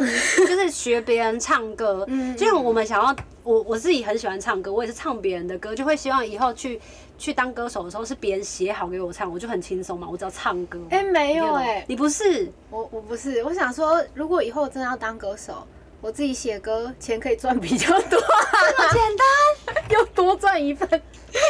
Speaker 1: 就是学别人唱歌。嗯，
Speaker 2: 嗯
Speaker 1: 就像我们想要，我我自己很喜欢唱歌，我也是唱别人的歌，就会希望以后去去当歌手的时候是别人写好给我唱，我就很轻松嘛，我只要唱歌。
Speaker 2: 哎、没
Speaker 1: 你
Speaker 2: 有
Speaker 1: 懂
Speaker 2: 哎、
Speaker 1: 你不是
Speaker 2: 我我不是，我想说，如果以后真的要当歌手，我自己写歌钱可以赚比较多，
Speaker 1: 这
Speaker 2: [LAUGHS]
Speaker 1: 么简单，
Speaker 2: 又多赚一份，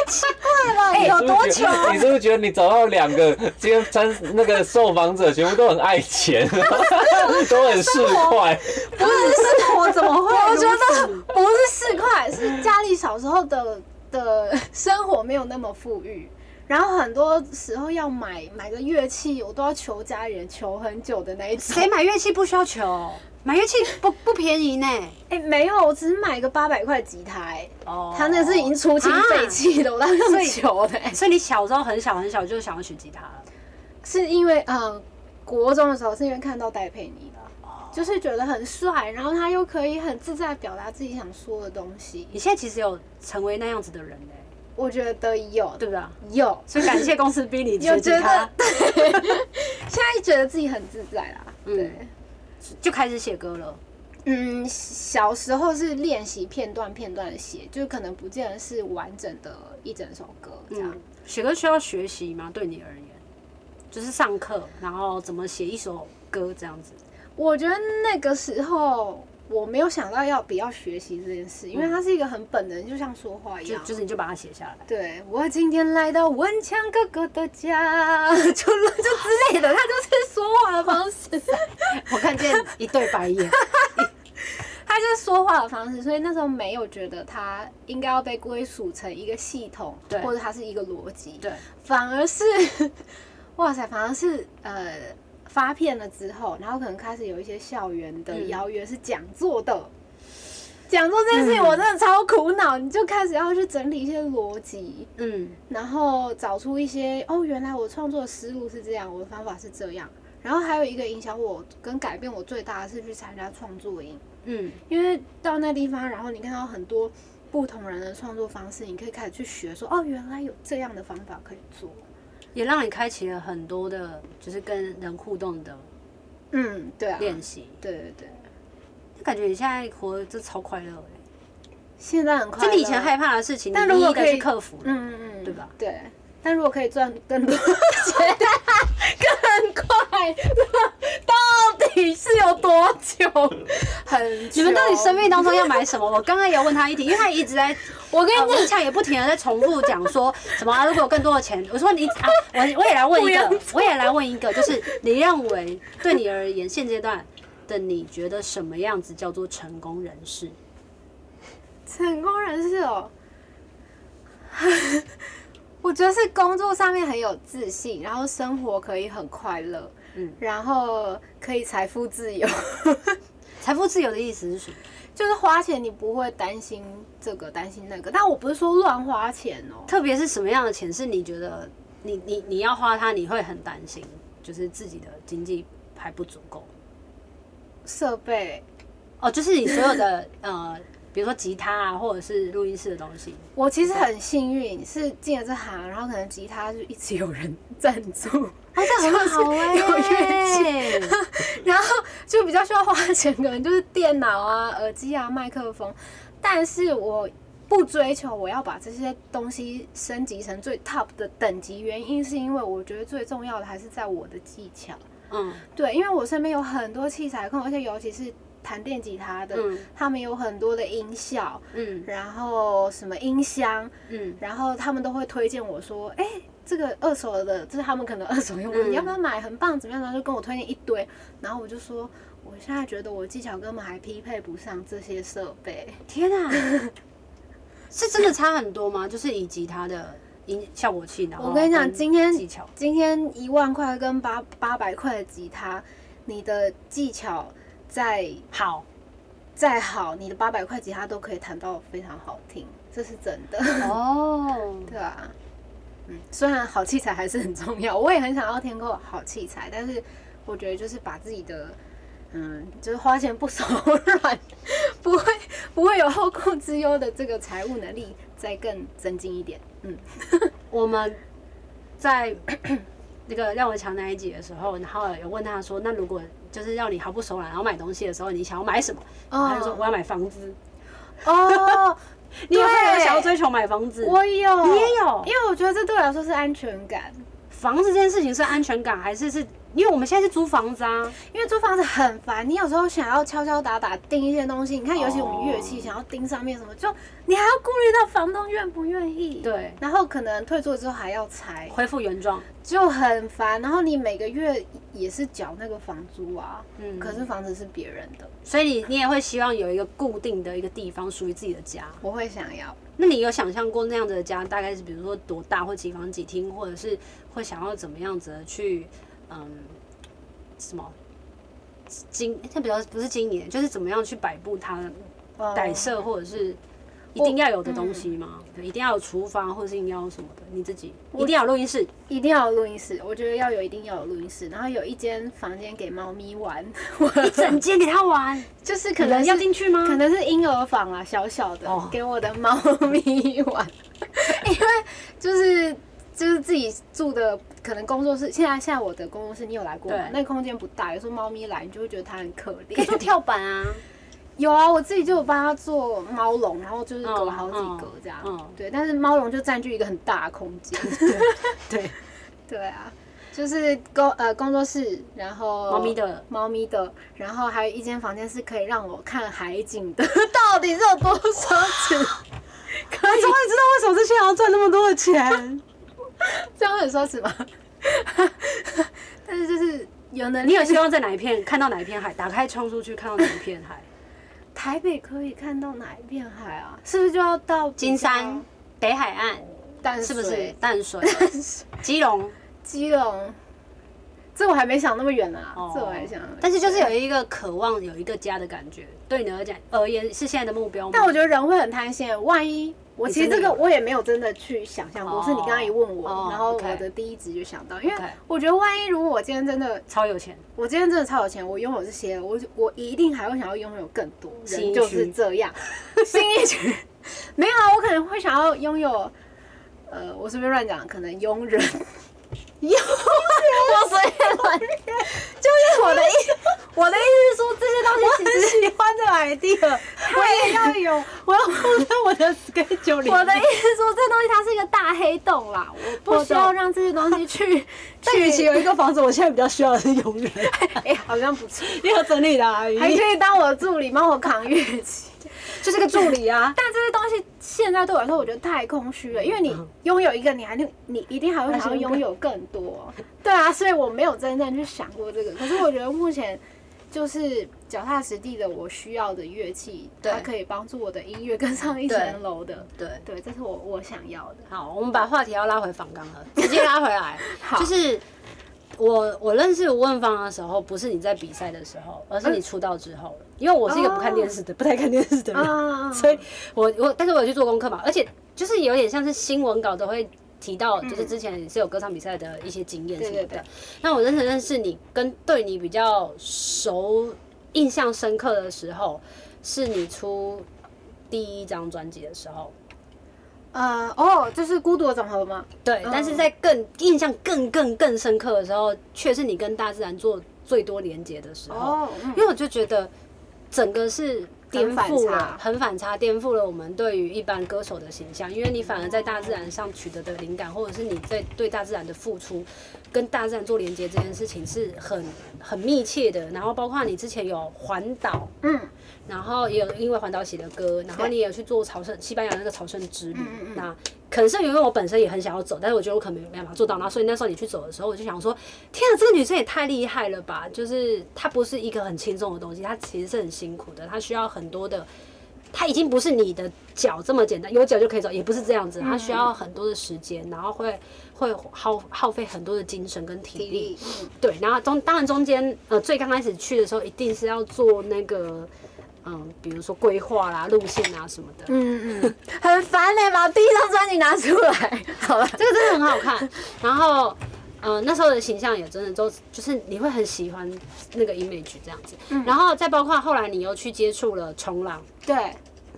Speaker 2: 奇怪了， [LAUGHS] 哎、有
Speaker 3: 你是
Speaker 2: 多
Speaker 3: 不是
Speaker 2: 穷
Speaker 3: 觉？得你是不是觉得你找到两个今天参那个受访者全部都很爱钱， [LAUGHS] 都很市侩？
Speaker 2: 不是啊是我怎么会我觉得
Speaker 1: 啊如
Speaker 2: 不是四块，是家里小时候的的生活没有那么富裕，然后很多时候要买买个乐器，我都要求家人求很久的那一种。
Speaker 1: 谁买乐器不需要求？买乐器不不便宜呢。
Speaker 2: 哎、没有，我只是买个八百块吉他、哎
Speaker 1: 哦啊
Speaker 2: 他那是已经出清废弃的，我当
Speaker 1: 所以
Speaker 2: 时求的、哎
Speaker 1: 所以你小时候很小很小就想要学吉他了。
Speaker 2: 是因为呃，国中的时候是因为看到戴佩妮
Speaker 1: 哦
Speaker 2: 了，就是觉得很帅，然后他又可以很自在地表达自己想说的东西，
Speaker 1: 你现在其实有成为那样子的人呢、
Speaker 2: 我觉得有
Speaker 1: 对不对？
Speaker 2: 有，
Speaker 1: 所以感谢公司逼你学
Speaker 2: [LAUGHS] 有
Speaker 1: 吉
Speaker 2: 觉
Speaker 1: 他
Speaker 2: 得，，现在觉得自己很自在啦。
Speaker 1: 嗯
Speaker 2: 对，
Speaker 1: 就开始写歌了。
Speaker 2: 嗯，小时候是练习片段片段的写，就可能不见得是完整的一整首歌这样。
Speaker 1: 嗯，写歌需要学习吗？对你而言，就是上课，然后怎么写一首歌这样子。
Speaker 2: 我觉得那个时候我没有想到要不要学习这件事，因
Speaker 1: 嗯
Speaker 2: 为它是一个很本能，就像说话一
Speaker 1: 就
Speaker 2: 样。
Speaker 1: 就是你就把它写下来，
Speaker 2: 对我今天来到文强哥哥的家， [LAUGHS] 就就之类的，他就是说话的方式，
Speaker 1: 我看见一对白眼，
Speaker 2: 他就是说话的方式，所以那时候没有觉得它应该要被归属成一个系统，
Speaker 1: 对
Speaker 2: 或者它是一个逻辑，
Speaker 1: [LAUGHS] 对，
Speaker 2: 反而是， [LAUGHS] 哇塞，反而是呃发片了之后，然后可能开始有一些校园的
Speaker 1: 嗯
Speaker 2: 邀约是讲座的。讲座这件事情我真的超苦恼，你就开始要去整理一些逻辑，
Speaker 1: 嗯，
Speaker 2: 然后找出一些哦，原来我创作的思路是这样，我的方法是这样。然后还有一个影响我跟改变我最大的是去参加创作营，
Speaker 1: 嗯，
Speaker 2: 因为到那地方，然后你看到很多不同人的创作方式，你可以开始去学说哦，原来有这样的方法可以做。
Speaker 1: 也让你开启了很多的，就是跟人互动的
Speaker 2: 嗯，对啊，对
Speaker 1: 练习。
Speaker 2: 对对，
Speaker 1: 感觉你现在活得真超快乐欸
Speaker 2: 现在很快乐，
Speaker 1: 就你以前害怕的事情，
Speaker 2: 但
Speaker 1: 你一
Speaker 2: 如果
Speaker 1: 一的
Speaker 2: 可以
Speaker 1: 去克服了。
Speaker 2: 嗯，嗯嗯，
Speaker 1: 对吧？
Speaker 2: 对。但如果可以赚
Speaker 1: [LAUGHS]
Speaker 2: 更多钱，更快乐，到底是有多久？很
Speaker 1: 你们到底
Speaker 2: 久
Speaker 1: 生命当中要买什么？我刚刚也有问他一题，因为他一直在，哦我
Speaker 2: 哦
Speaker 1: 跟你讲，也不停的在重复讲 [LAUGHS] 说什么、啊、如果有更多的钱，我说你啊，我我也来问一个，我也来问一个，就是你认为对你而言现阶段的你觉得什么样子叫做成功人士？
Speaker 2: 成功人士哦， [LAUGHS] 我觉得是工作上面很有自信，然后生活可以很快乐，
Speaker 1: 嗯
Speaker 2: 然后可以财富自由， [LAUGHS]
Speaker 1: 财富自由的意思是什么？
Speaker 2: 就是花钱你不会担心这个担心那个，但我不是说乱花钱哦，
Speaker 1: 特别是什么样的钱是你觉得你你你要花它，你会很担心，就是自己的经济还不足够。
Speaker 2: 设备
Speaker 1: 哦，就是你所有的呃，比如说吉他啊，或者是录音室的东西，
Speaker 2: 我其实很幸运是进了这行，然后可能吉他就一直有人 [LAUGHS] 赞助，
Speaker 1: 哎、这很好哎、
Speaker 2: 有
Speaker 1: 乐器，
Speaker 2: 然后就比较需要花钱，可能就是电脑啊、耳机啊、麦克风。但是我不追求我要把这些东西升级成最 top 的等级，原因是因为我觉得最重要的还是在我的技巧。
Speaker 1: [LAUGHS] 嗯
Speaker 2: 对，因为我身边有很多器材控，而且尤其是弹电吉他的，
Speaker 1: 嗯
Speaker 2: 他们有很多的音效，
Speaker 1: 嗯
Speaker 2: 然后什么音箱，
Speaker 1: 嗯，
Speaker 2: 然后他们都会推荐我说，哎、这个二手的，就是他们可能二手用的，
Speaker 1: 嗯
Speaker 2: 你要不要买？很棒，怎么样？然后就跟我推荐一堆，然后我就说，我现在觉得我技巧根本还匹配不上这些设备。
Speaker 1: 天哪、 [LAUGHS] 是真的差很多吗？就是以吉他的音效果器，然后
Speaker 2: 我跟你讲，
Speaker 1: 跟
Speaker 2: 今天
Speaker 1: 技巧，
Speaker 2: 今天一万块跟八八百块的吉他，你的技巧再
Speaker 1: 好
Speaker 2: 再好，你的八百块吉他都可以弹到非常好听，这是真的。
Speaker 1: 哦，
Speaker 2: 对啊，嗯，虽然好器材还是很重要，我也很想要添购好器材，但是我觉得就是把自己的，嗯，就是花钱不手软， [LAUGHS] 不会不会有后顾之忧的这个财务能力再更增进一点。嗯，
Speaker 1: 我们在 [COUGHS] 那个廖文强那一集的时候，然后有问他说，那如果就是让你毫不手软，然后买东西的时候，你想要买什么？然后他就说我要买房子。
Speaker 2: [LAUGHS] 哦，
Speaker 1: 你有没有
Speaker 2: 对
Speaker 1: 想要追求买房子？
Speaker 2: 我有，
Speaker 1: 你也有
Speaker 2: 因为我觉得这对我来说是安全感，
Speaker 1: 房子这件事情是安全感，还是是因为我们现在是租房子啊？
Speaker 2: 因为租房子很烦，你有时候想要敲敲打打钉一些东西，你看，尤其我
Speaker 1: 哦
Speaker 2: 们乐器想要钉上面什么，就你还要顾虑到房东愿不愿意。
Speaker 1: 对，
Speaker 2: 然后可能退出之后还要拆，
Speaker 1: 恢复原状。
Speaker 2: 就很烦。然后你每个月也是缴那个房租啊，
Speaker 1: 嗯
Speaker 2: 可是房子是别人的，
Speaker 1: 所以你你也会希望有一个固定的一个地方属于自己的家。
Speaker 2: 我会想要。
Speaker 1: 那你有想象过那样子的家大概是比如说多大，或几房几厅，或者是会想要怎么样子的去嗯什么经？那比较不是经营，就是怎么样去摆布它的
Speaker 2: 呃
Speaker 1: 摆设，或者是一定要有的东西吗？对一定要有厨房，或者是一定要有什么的？你自己一定要有录音 [LAUGHS] 室。
Speaker 2: 一定要有录音室，我觉得要有，一定要有录音室。然后有一间房间给猫咪
Speaker 1: [LAUGHS]
Speaker 2: 玩，
Speaker 1: 一整间给他玩，
Speaker 2: 就是可
Speaker 1: 可能
Speaker 2: 能
Speaker 1: 要
Speaker 2: 是
Speaker 1: 进去吗？
Speaker 2: 可能是婴儿房啦，小小的，
Speaker 1: 哦
Speaker 2: 给我的猫咪
Speaker 1: [LAUGHS]
Speaker 2: 玩，因为就是就是自己住的，可能工作室。现在现在我的工作室，你有来过吗
Speaker 1: 对？
Speaker 2: 那个空间不大，有时候猫咪来，你就会觉得它很可怜。
Speaker 1: 可以做跳板啊，
Speaker 2: 有啊，我自己就有帮它做猫笼，然后就是隔
Speaker 1: 嗯
Speaker 2: 好几
Speaker 1: 嗯
Speaker 2: 格这样。
Speaker 1: 嗯
Speaker 2: 对，但是猫笼就占据一个很大的空
Speaker 1: [LAUGHS]
Speaker 2: 间。
Speaker 1: 对， [LAUGHS]
Speaker 2: 对啊，就是工呃工作室，然后
Speaker 1: 猫咪的
Speaker 2: 猫咪的，然后还有一间房间是可以让我看海景的， [LAUGHS] 到底是有多奢侈？
Speaker 1: [LAUGHS]
Speaker 2: 可
Speaker 1: 我终
Speaker 2: 以
Speaker 1: 于知道为什么这些人要赚那么多的钱。
Speaker 2: 这样会很奢侈吗？ [LAUGHS] 但是就是有能力，
Speaker 1: 你有希望在哪一片看到哪一片海？打开窗出去看到哪一片海？
Speaker 2: 台北可以看到哪一片海啊？是不是就要到比
Speaker 1: [LAUGHS]
Speaker 2: 较
Speaker 1: 金山、北海岸
Speaker 2: 淡
Speaker 1: 是
Speaker 2: 水？
Speaker 1: 不是？淡水、基 [LAUGHS] 隆？
Speaker 2: 基隆？这我还没想那么远呢、啊，
Speaker 1: 哦
Speaker 2: 这我还想。
Speaker 1: 但是就是有一个渴望有一个家的感觉，对你而言而言是现在的目标吗？
Speaker 2: 但我觉得人会很贪心，万一我
Speaker 1: 你
Speaker 2: 其实
Speaker 1: 真
Speaker 2: 这
Speaker 1: 的
Speaker 2: 个
Speaker 1: 有
Speaker 2: 我也没有真的去想象过，
Speaker 1: 哦
Speaker 2: 是你刚刚一问我，
Speaker 1: 哦
Speaker 2: 然后
Speaker 1: OK
Speaker 2: 我的第一直觉想到，因为
Speaker 1: OK
Speaker 2: 我觉得万一如果我今天真的，
Speaker 1: 超有钱，
Speaker 2: 我今天真的超有钱，我拥有这些，我就我一定还会想要拥有更多，
Speaker 1: 新
Speaker 2: 人
Speaker 1: 一
Speaker 2: 就是
Speaker 1: 区
Speaker 2: 这样。 [LAUGHS] 新一区没有啊，我可能会想要拥有，呃，我随便乱讲，可能佣人。 [LAUGHS] 佣人，我随便乱，就是我的意，我的意思是说，这些 [LAUGHS] 东西其实
Speaker 1: 喜欢这个 idea。
Speaker 2: [LAUGHS] 我也要有，我要放在我的 schedule 里
Speaker 1: 我
Speaker 2: 我
Speaker 1: 的
Speaker 2: 的
Speaker 1: 意
Speaker 2: 意思说，这东西它是一个大黑洞啦，我不
Speaker 1: 我
Speaker 2: 需要
Speaker 1: 懂
Speaker 2: 让这些东西 [LAUGHS] 去
Speaker 1: 但与其
Speaker 2: 去。
Speaker 1: 有一个房子，我现在比较需要的是佣人，
Speaker 2: 哎、好像不错，
Speaker 1: [LAUGHS] 你有整理的啊阿姨，
Speaker 2: 还可以当我的助理，帮我扛乐器。
Speaker 1: 就是个助理啊。
Speaker 2: [LAUGHS] 但这些东西现在对我来说，我觉得太空虚了，因为你拥有一个，你还能，你一定还会想要拥有更多。对啊，所以我没有真正去想过这个。可是我觉得目前就是脚踏实地的，我需要的乐器，
Speaker 1: 对
Speaker 2: 它可以帮助我的音乐跟上一
Speaker 1: 对
Speaker 2: 层楼的。
Speaker 1: [LAUGHS] 对，
Speaker 2: 对，这是我我想要的。
Speaker 1: 好，我们把话题要拉回访刚了， [LAUGHS] 直接拉回来
Speaker 2: 好，
Speaker 1: 就是。我我认识吴问芳的时候，不是你在比赛的时候，而是你出道之后了。因为我是一个不看电视
Speaker 2: 哦
Speaker 1: 的、不太看电视
Speaker 2: [LAUGHS]
Speaker 1: 的人，
Speaker 2: 啊，
Speaker 1: 所以我我但是我有去做功课嘛，而且就是有点像是新闻稿都会提到，就是之前也是有歌唱比赛的一些经验什么
Speaker 2: 嗯对对
Speaker 1: 的
Speaker 2: 对。
Speaker 1: 那我真的认识你，跟对你比较熟、印象深刻的时候，是你出第一张专辑的时候。
Speaker 2: 呃，哦，就是孤独的总和吗？
Speaker 1: 对，
Speaker 2: 嗯
Speaker 1: 但是在更印象更更更深刻的时候，却是你跟大自然做最多连接的时候。
Speaker 2: 哦，嗯
Speaker 1: 因为我就觉得整个是颠
Speaker 2: 很反
Speaker 1: 覆了
Speaker 2: 差，
Speaker 1: 很反差，颠覆了我们对于一般歌手的形象。因为你反而在大自然上取得的灵感，或者是你对对大自然的付出，跟大自然做连接这件事情是很很密切的。然后包括你之前有环岛，
Speaker 2: 嗯，
Speaker 1: 然后也有因为环岛写的歌，然后你也有去做朝圣西班牙那个朝圣之旅。
Speaker 2: 嗯嗯嗯
Speaker 1: 那可能是因为我本身也很想要走，但是我觉得我可能没办法做到。然后所以那时候你去走的时候，我就想说，天啊，这个女生也太厉害了吧！就是她不是一个很轻松的东西，她其实是很辛苦的，她需要很多的。她已经不是你的脚这么简单，有脚就可以走，也不是这样子。她需
Speaker 2: 嗯
Speaker 1: 要很多的时间，然后会会耗耗费很多的精神跟体
Speaker 2: 体
Speaker 1: 力。
Speaker 2: 力，嗯
Speaker 1: 对，然后中当然中间呃最刚开始去的时候，一定是要做那个嗯，比如说规划啦、路线啊什么的。
Speaker 2: 嗯嗯，很烦嘞，把第一张专辑拿出来， [LAUGHS] 好了，
Speaker 1: 这个真的很好看。然后，呃，那时候的形象也真的都就是你会很喜欢那个 image 这样子。
Speaker 2: 嗯
Speaker 1: 然后再包括后来你又去接触了冲浪，
Speaker 2: 对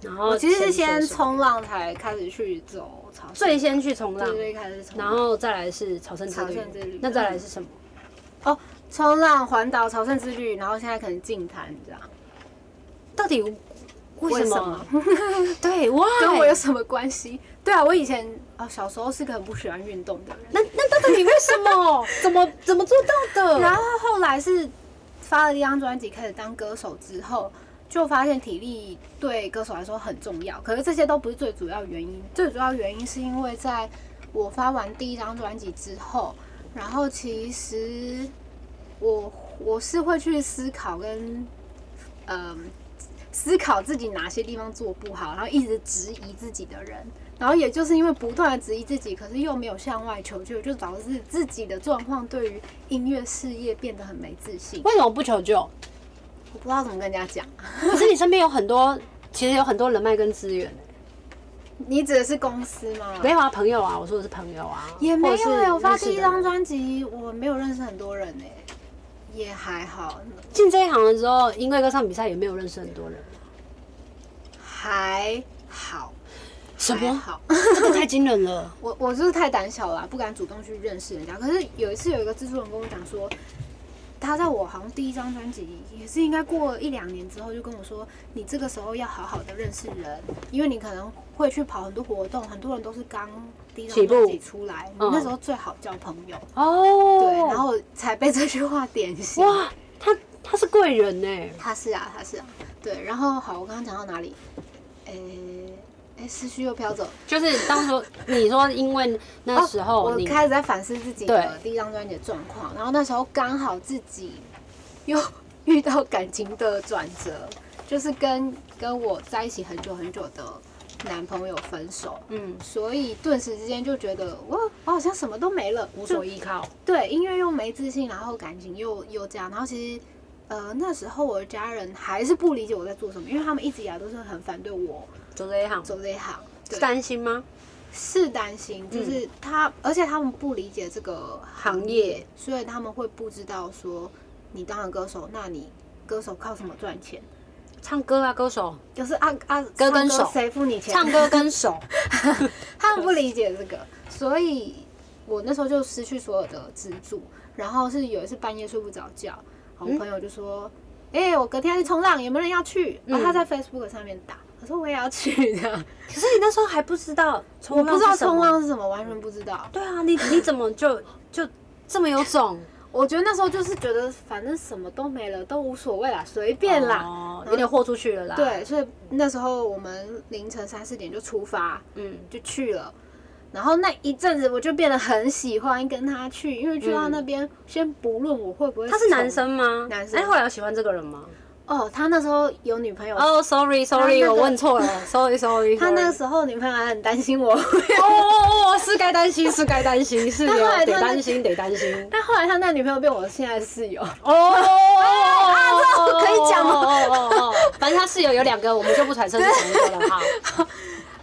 Speaker 1: 然后
Speaker 2: 我其实是
Speaker 1: 潜水
Speaker 2: 先
Speaker 1: 什么的
Speaker 2: 冲浪才开始去走朝圣，
Speaker 1: 最先去冲浪
Speaker 2: 对，最开始冲
Speaker 1: 然
Speaker 2: 浪，
Speaker 1: 后再来是朝圣之
Speaker 2: 朝圣之
Speaker 1: 旅
Speaker 2: 旅，
Speaker 1: 那再来是什么？
Speaker 2: 哦，冲浪环岛朝圣之旅，然后现在可能净滩这样，
Speaker 1: 到底为
Speaker 2: 嗯为
Speaker 1: 什
Speaker 2: 什
Speaker 1: 么
Speaker 2: 么？
Speaker 1: [LAUGHS] 对，哇，
Speaker 2: 跟我有什么关系？对啊，我以前哦小时候是个很不喜欢运动的人，
Speaker 1: 那那到底为什
Speaker 2: [LAUGHS]
Speaker 1: 么？怎么怎么做到
Speaker 2: 然
Speaker 1: 的？
Speaker 2: 后后来是发了一张专辑，开始当歌手之后，就发现体力对歌手来说很重要。可是这些都不是最主要原因，最主要原因是因为在我发完第一张专辑之后，然后其实我我是会去思考跟嗯、思考自己哪些地方做不好，然后一直质疑自己的人。然后也就是因为不断的质疑自己，可是又没有向外求救，就导致自己的状况对于音乐事业变得很没自信。
Speaker 1: 为什么不求救？
Speaker 2: 我不知道怎么跟人家讲，
Speaker 1: 可是你身边有很多，其实有很多人脉跟资源、
Speaker 2: 你指的是公司吗？
Speaker 1: 没有啊，朋友啊，我说的是朋友啊，
Speaker 2: 也没
Speaker 1: 或者
Speaker 2: 有
Speaker 1: 是
Speaker 2: 哎、我发
Speaker 1: 认识
Speaker 2: 第一
Speaker 1: 的
Speaker 2: 张
Speaker 1: 人
Speaker 2: 专辑，我没有认识很多人哎、也还好，
Speaker 1: 进这一行的时候，因为歌唱比赛也没有认识很多人，
Speaker 2: 还好，
Speaker 1: 什
Speaker 2: 还
Speaker 1: 么？
Speaker 2: 好。
Speaker 1: 这个太惊人了，
Speaker 2: 我我就是太胆小了啊、不敢主动去认识人家。可是有一次有一个制作人跟我讲说，他在我好像第一张专辑也是应该过了一两年之后，就跟我说，你这个时候要好好的认识人，因为你可能会去跑很多活动，很多人都是刚第一
Speaker 1: 起
Speaker 2: 张
Speaker 1: 步
Speaker 2: 专辑出来，你
Speaker 1: 嗯
Speaker 2: 那时候最好交朋友。
Speaker 1: [LAUGHS] 哦，
Speaker 2: 对，然后才被这句话点醒。
Speaker 1: 哇，他他是贵人欸呢、
Speaker 2: 他是啊，他是啊，对。然后好，我刚刚讲到哪里？诶、诶，思绪又飘走了。
Speaker 1: 就是当时你说因为那时
Speaker 2: 哦
Speaker 1: 候
Speaker 2: 我
Speaker 1: 你、
Speaker 2: 开始在反思自己
Speaker 1: 对
Speaker 2: 的第一张专辑的状 [GASPS] [LAUGHS] 况，然后那时候刚好自己又遇到感情的转折，就是跟跟我在一起很久很久的男朋友分手，
Speaker 1: 嗯，
Speaker 2: 所以顿时之间就觉得哇，我好像什么都没了，
Speaker 1: 无
Speaker 2: 就
Speaker 1: 所依靠，
Speaker 2: 对，音乐又没自信，然后感情又又这样，然后其实。呃，那时候我的家人还是不理解我在做什么，因为他们一直以来都是很反对我
Speaker 1: 走这一行，
Speaker 2: 走这一行，对
Speaker 1: 是担心吗？
Speaker 2: 是担
Speaker 1: 嗯
Speaker 2: 心，就是他，而且他们不理解这个行
Speaker 1: 行
Speaker 2: 业
Speaker 1: 业，
Speaker 2: 所以他们会不知道说，你当了歌手，那你歌手靠什么赚钱？
Speaker 1: 唱歌啊，歌手，
Speaker 2: 就是啊啊，
Speaker 1: 嗯歌跟
Speaker 2: 唱歌
Speaker 1: 手
Speaker 2: 谁付你钱？
Speaker 1: 唱歌跟 [LAUGHS] 手，
Speaker 2: 他们不理解这个，所以我那时候就失去所有的支柱。然后是有一次半夜睡不着觉，然
Speaker 1: 嗯
Speaker 2: 后我朋友就说：“哎、我隔天要去冲浪，有没有人要去？”
Speaker 1: 嗯
Speaker 2: 然后他在 Facebook 上面打，我说我也要去，这样
Speaker 1: 可是你那时候还不知道冲
Speaker 2: 我
Speaker 1: 浪，
Speaker 2: 不知道冲，浪是什么，完全不知道。
Speaker 1: 对啊，你你怎么就就这么有种？
Speaker 2: 我觉得那时候就是觉得反正什么都没了，都无所谓啦，随便啦。
Speaker 1: 哦
Speaker 2: 然后
Speaker 1: 有点豁出去了啦。，
Speaker 2: 对，所以那时候我们凌晨三四点就出发，
Speaker 1: 嗯，
Speaker 2: 就去了。然后那一阵子我就变得很喜欢跟他去，因为去到那边，先不论我会不会，
Speaker 1: 他是男，生吗？
Speaker 2: 男生
Speaker 1: 哎，后来有喜欢这个人吗？
Speaker 2: 哦，他那时候有女朋友，
Speaker 1: 哦，sorry，sorry，
Speaker 2: 他那个
Speaker 1: 我问错了，sorry，sorry。
Speaker 2: 他那
Speaker 1: sorry
Speaker 2: 时候女朋友还很担心我， [LAUGHS]
Speaker 1: 哦哦哦，是该担心，是该担心，是有
Speaker 2: 他后来
Speaker 1: 得
Speaker 2: 真的
Speaker 1: 担心，得担心。
Speaker 2: 但后来他那女朋友变我现在的室友，
Speaker 1: 哦，啊，
Speaker 2: 这可以讲吗
Speaker 1: 哦哦哦，哦反正他室友有两个，我们就不揣测是什么了哈。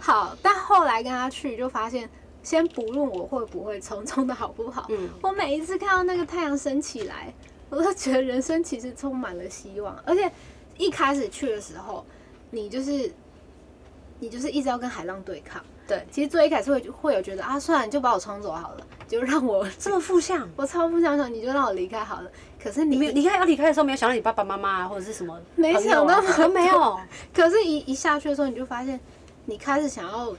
Speaker 2: 好，但后来跟他去就发现，先不论我会不会冲，冲的好不好，
Speaker 1: 嗯
Speaker 2: 我每一次看到那个太阳升起来，我都觉得人生其实充满了希望。而且一开始去的时候，你就是你就是一直要跟海浪对抗。
Speaker 1: 对，
Speaker 2: 其实最一开始会会有觉得啊，算了，你就把我冲走好了，就让我
Speaker 1: 这么负向，
Speaker 2: 我超不想想，你就让我离开好了。可是
Speaker 1: 你没有
Speaker 2: 你
Speaker 1: 离开要离开的时候，没有想到你爸爸妈妈啊，或者是什么朋
Speaker 2: 没
Speaker 1: 友啊，
Speaker 2: 想到
Speaker 1: 都没有。
Speaker 2: 可是一，一下去的时候，你就发现你开始想要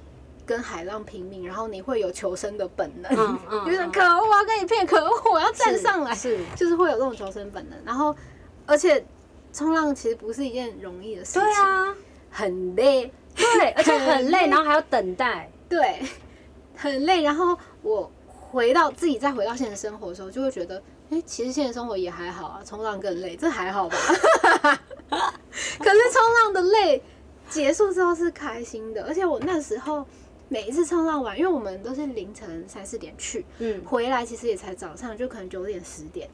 Speaker 2: 跟海浪拼命，然后你会有求生的本能，
Speaker 1: 嗯嗯
Speaker 2: [LAUGHS] 就是
Speaker 1: 嗯
Speaker 2: 可恶，我要跟你骗，可恶，我要站
Speaker 1: 是
Speaker 2: 上来，
Speaker 1: 是
Speaker 2: 就是会有这种求生本能。然后，而且冲浪其实不是一件容易的事情，
Speaker 1: 对，啊，
Speaker 2: 很累，
Speaker 1: 对，而且
Speaker 2: 很
Speaker 1: 很
Speaker 2: 累
Speaker 1: 累，然后还要等待。
Speaker 2: 对，很累。然后我回到自己再回到现实生活的时候，就会觉得，哎、其实现实生活也还好啊，冲浪更累，这还好吧？ [LAUGHS] 可是冲浪的累结束之后是开心的，而且我那时候每一次冲浪完，因为我们都是凌晨三四点去，
Speaker 1: 嗯，
Speaker 2: 回来其实也才早上，就可能九点十点。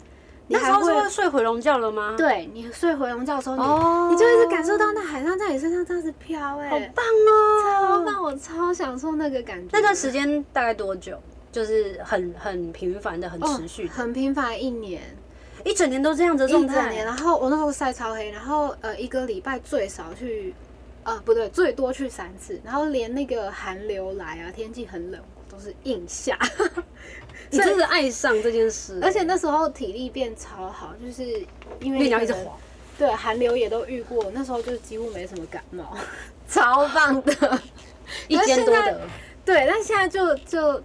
Speaker 2: 你
Speaker 1: 那时
Speaker 2: 还
Speaker 1: 候
Speaker 2: 会
Speaker 1: 是会睡回笼觉了吗？，
Speaker 2: 对你睡回笼觉的时候，你、
Speaker 1: 哦
Speaker 2: 你就一直感受到那海浪在你身上这样子飘、
Speaker 1: 好
Speaker 2: 哎，
Speaker 1: 棒
Speaker 2: 超
Speaker 1: 哦！
Speaker 2: 棒！我超享受那个感觉。
Speaker 1: 那段时间大概多久？就是很很频繁的、很
Speaker 2: 哦
Speaker 1: 持续的，
Speaker 2: 很频繁，一年
Speaker 1: 嗯一整年都哦这样子的
Speaker 2: 一
Speaker 1: 状
Speaker 2: 整
Speaker 1: 态
Speaker 2: 年。。然后我那时候晒超黑，然后呃一个礼拜最少去，呃不对，最多去三次，然后连那个寒流来啊，天气很冷，我都是硬下。
Speaker 1: 你真的爱上这件事，
Speaker 2: 而且那时候体力变超好，就是因
Speaker 1: 因
Speaker 2: 为
Speaker 1: 为你要
Speaker 2: 可
Speaker 1: 一直
Speaker 2: 能
Speaker 1: 滑，
Speaker 2: 对，寒流也都遇过，那时候就几乎没什么感冒， [LAUGHS] 超棒的。
Speaker 1: [LAUGHS] 一间多
Speaker 2: 可是现
Speaker 1: 得。
Speaker 2: 对，但现在就就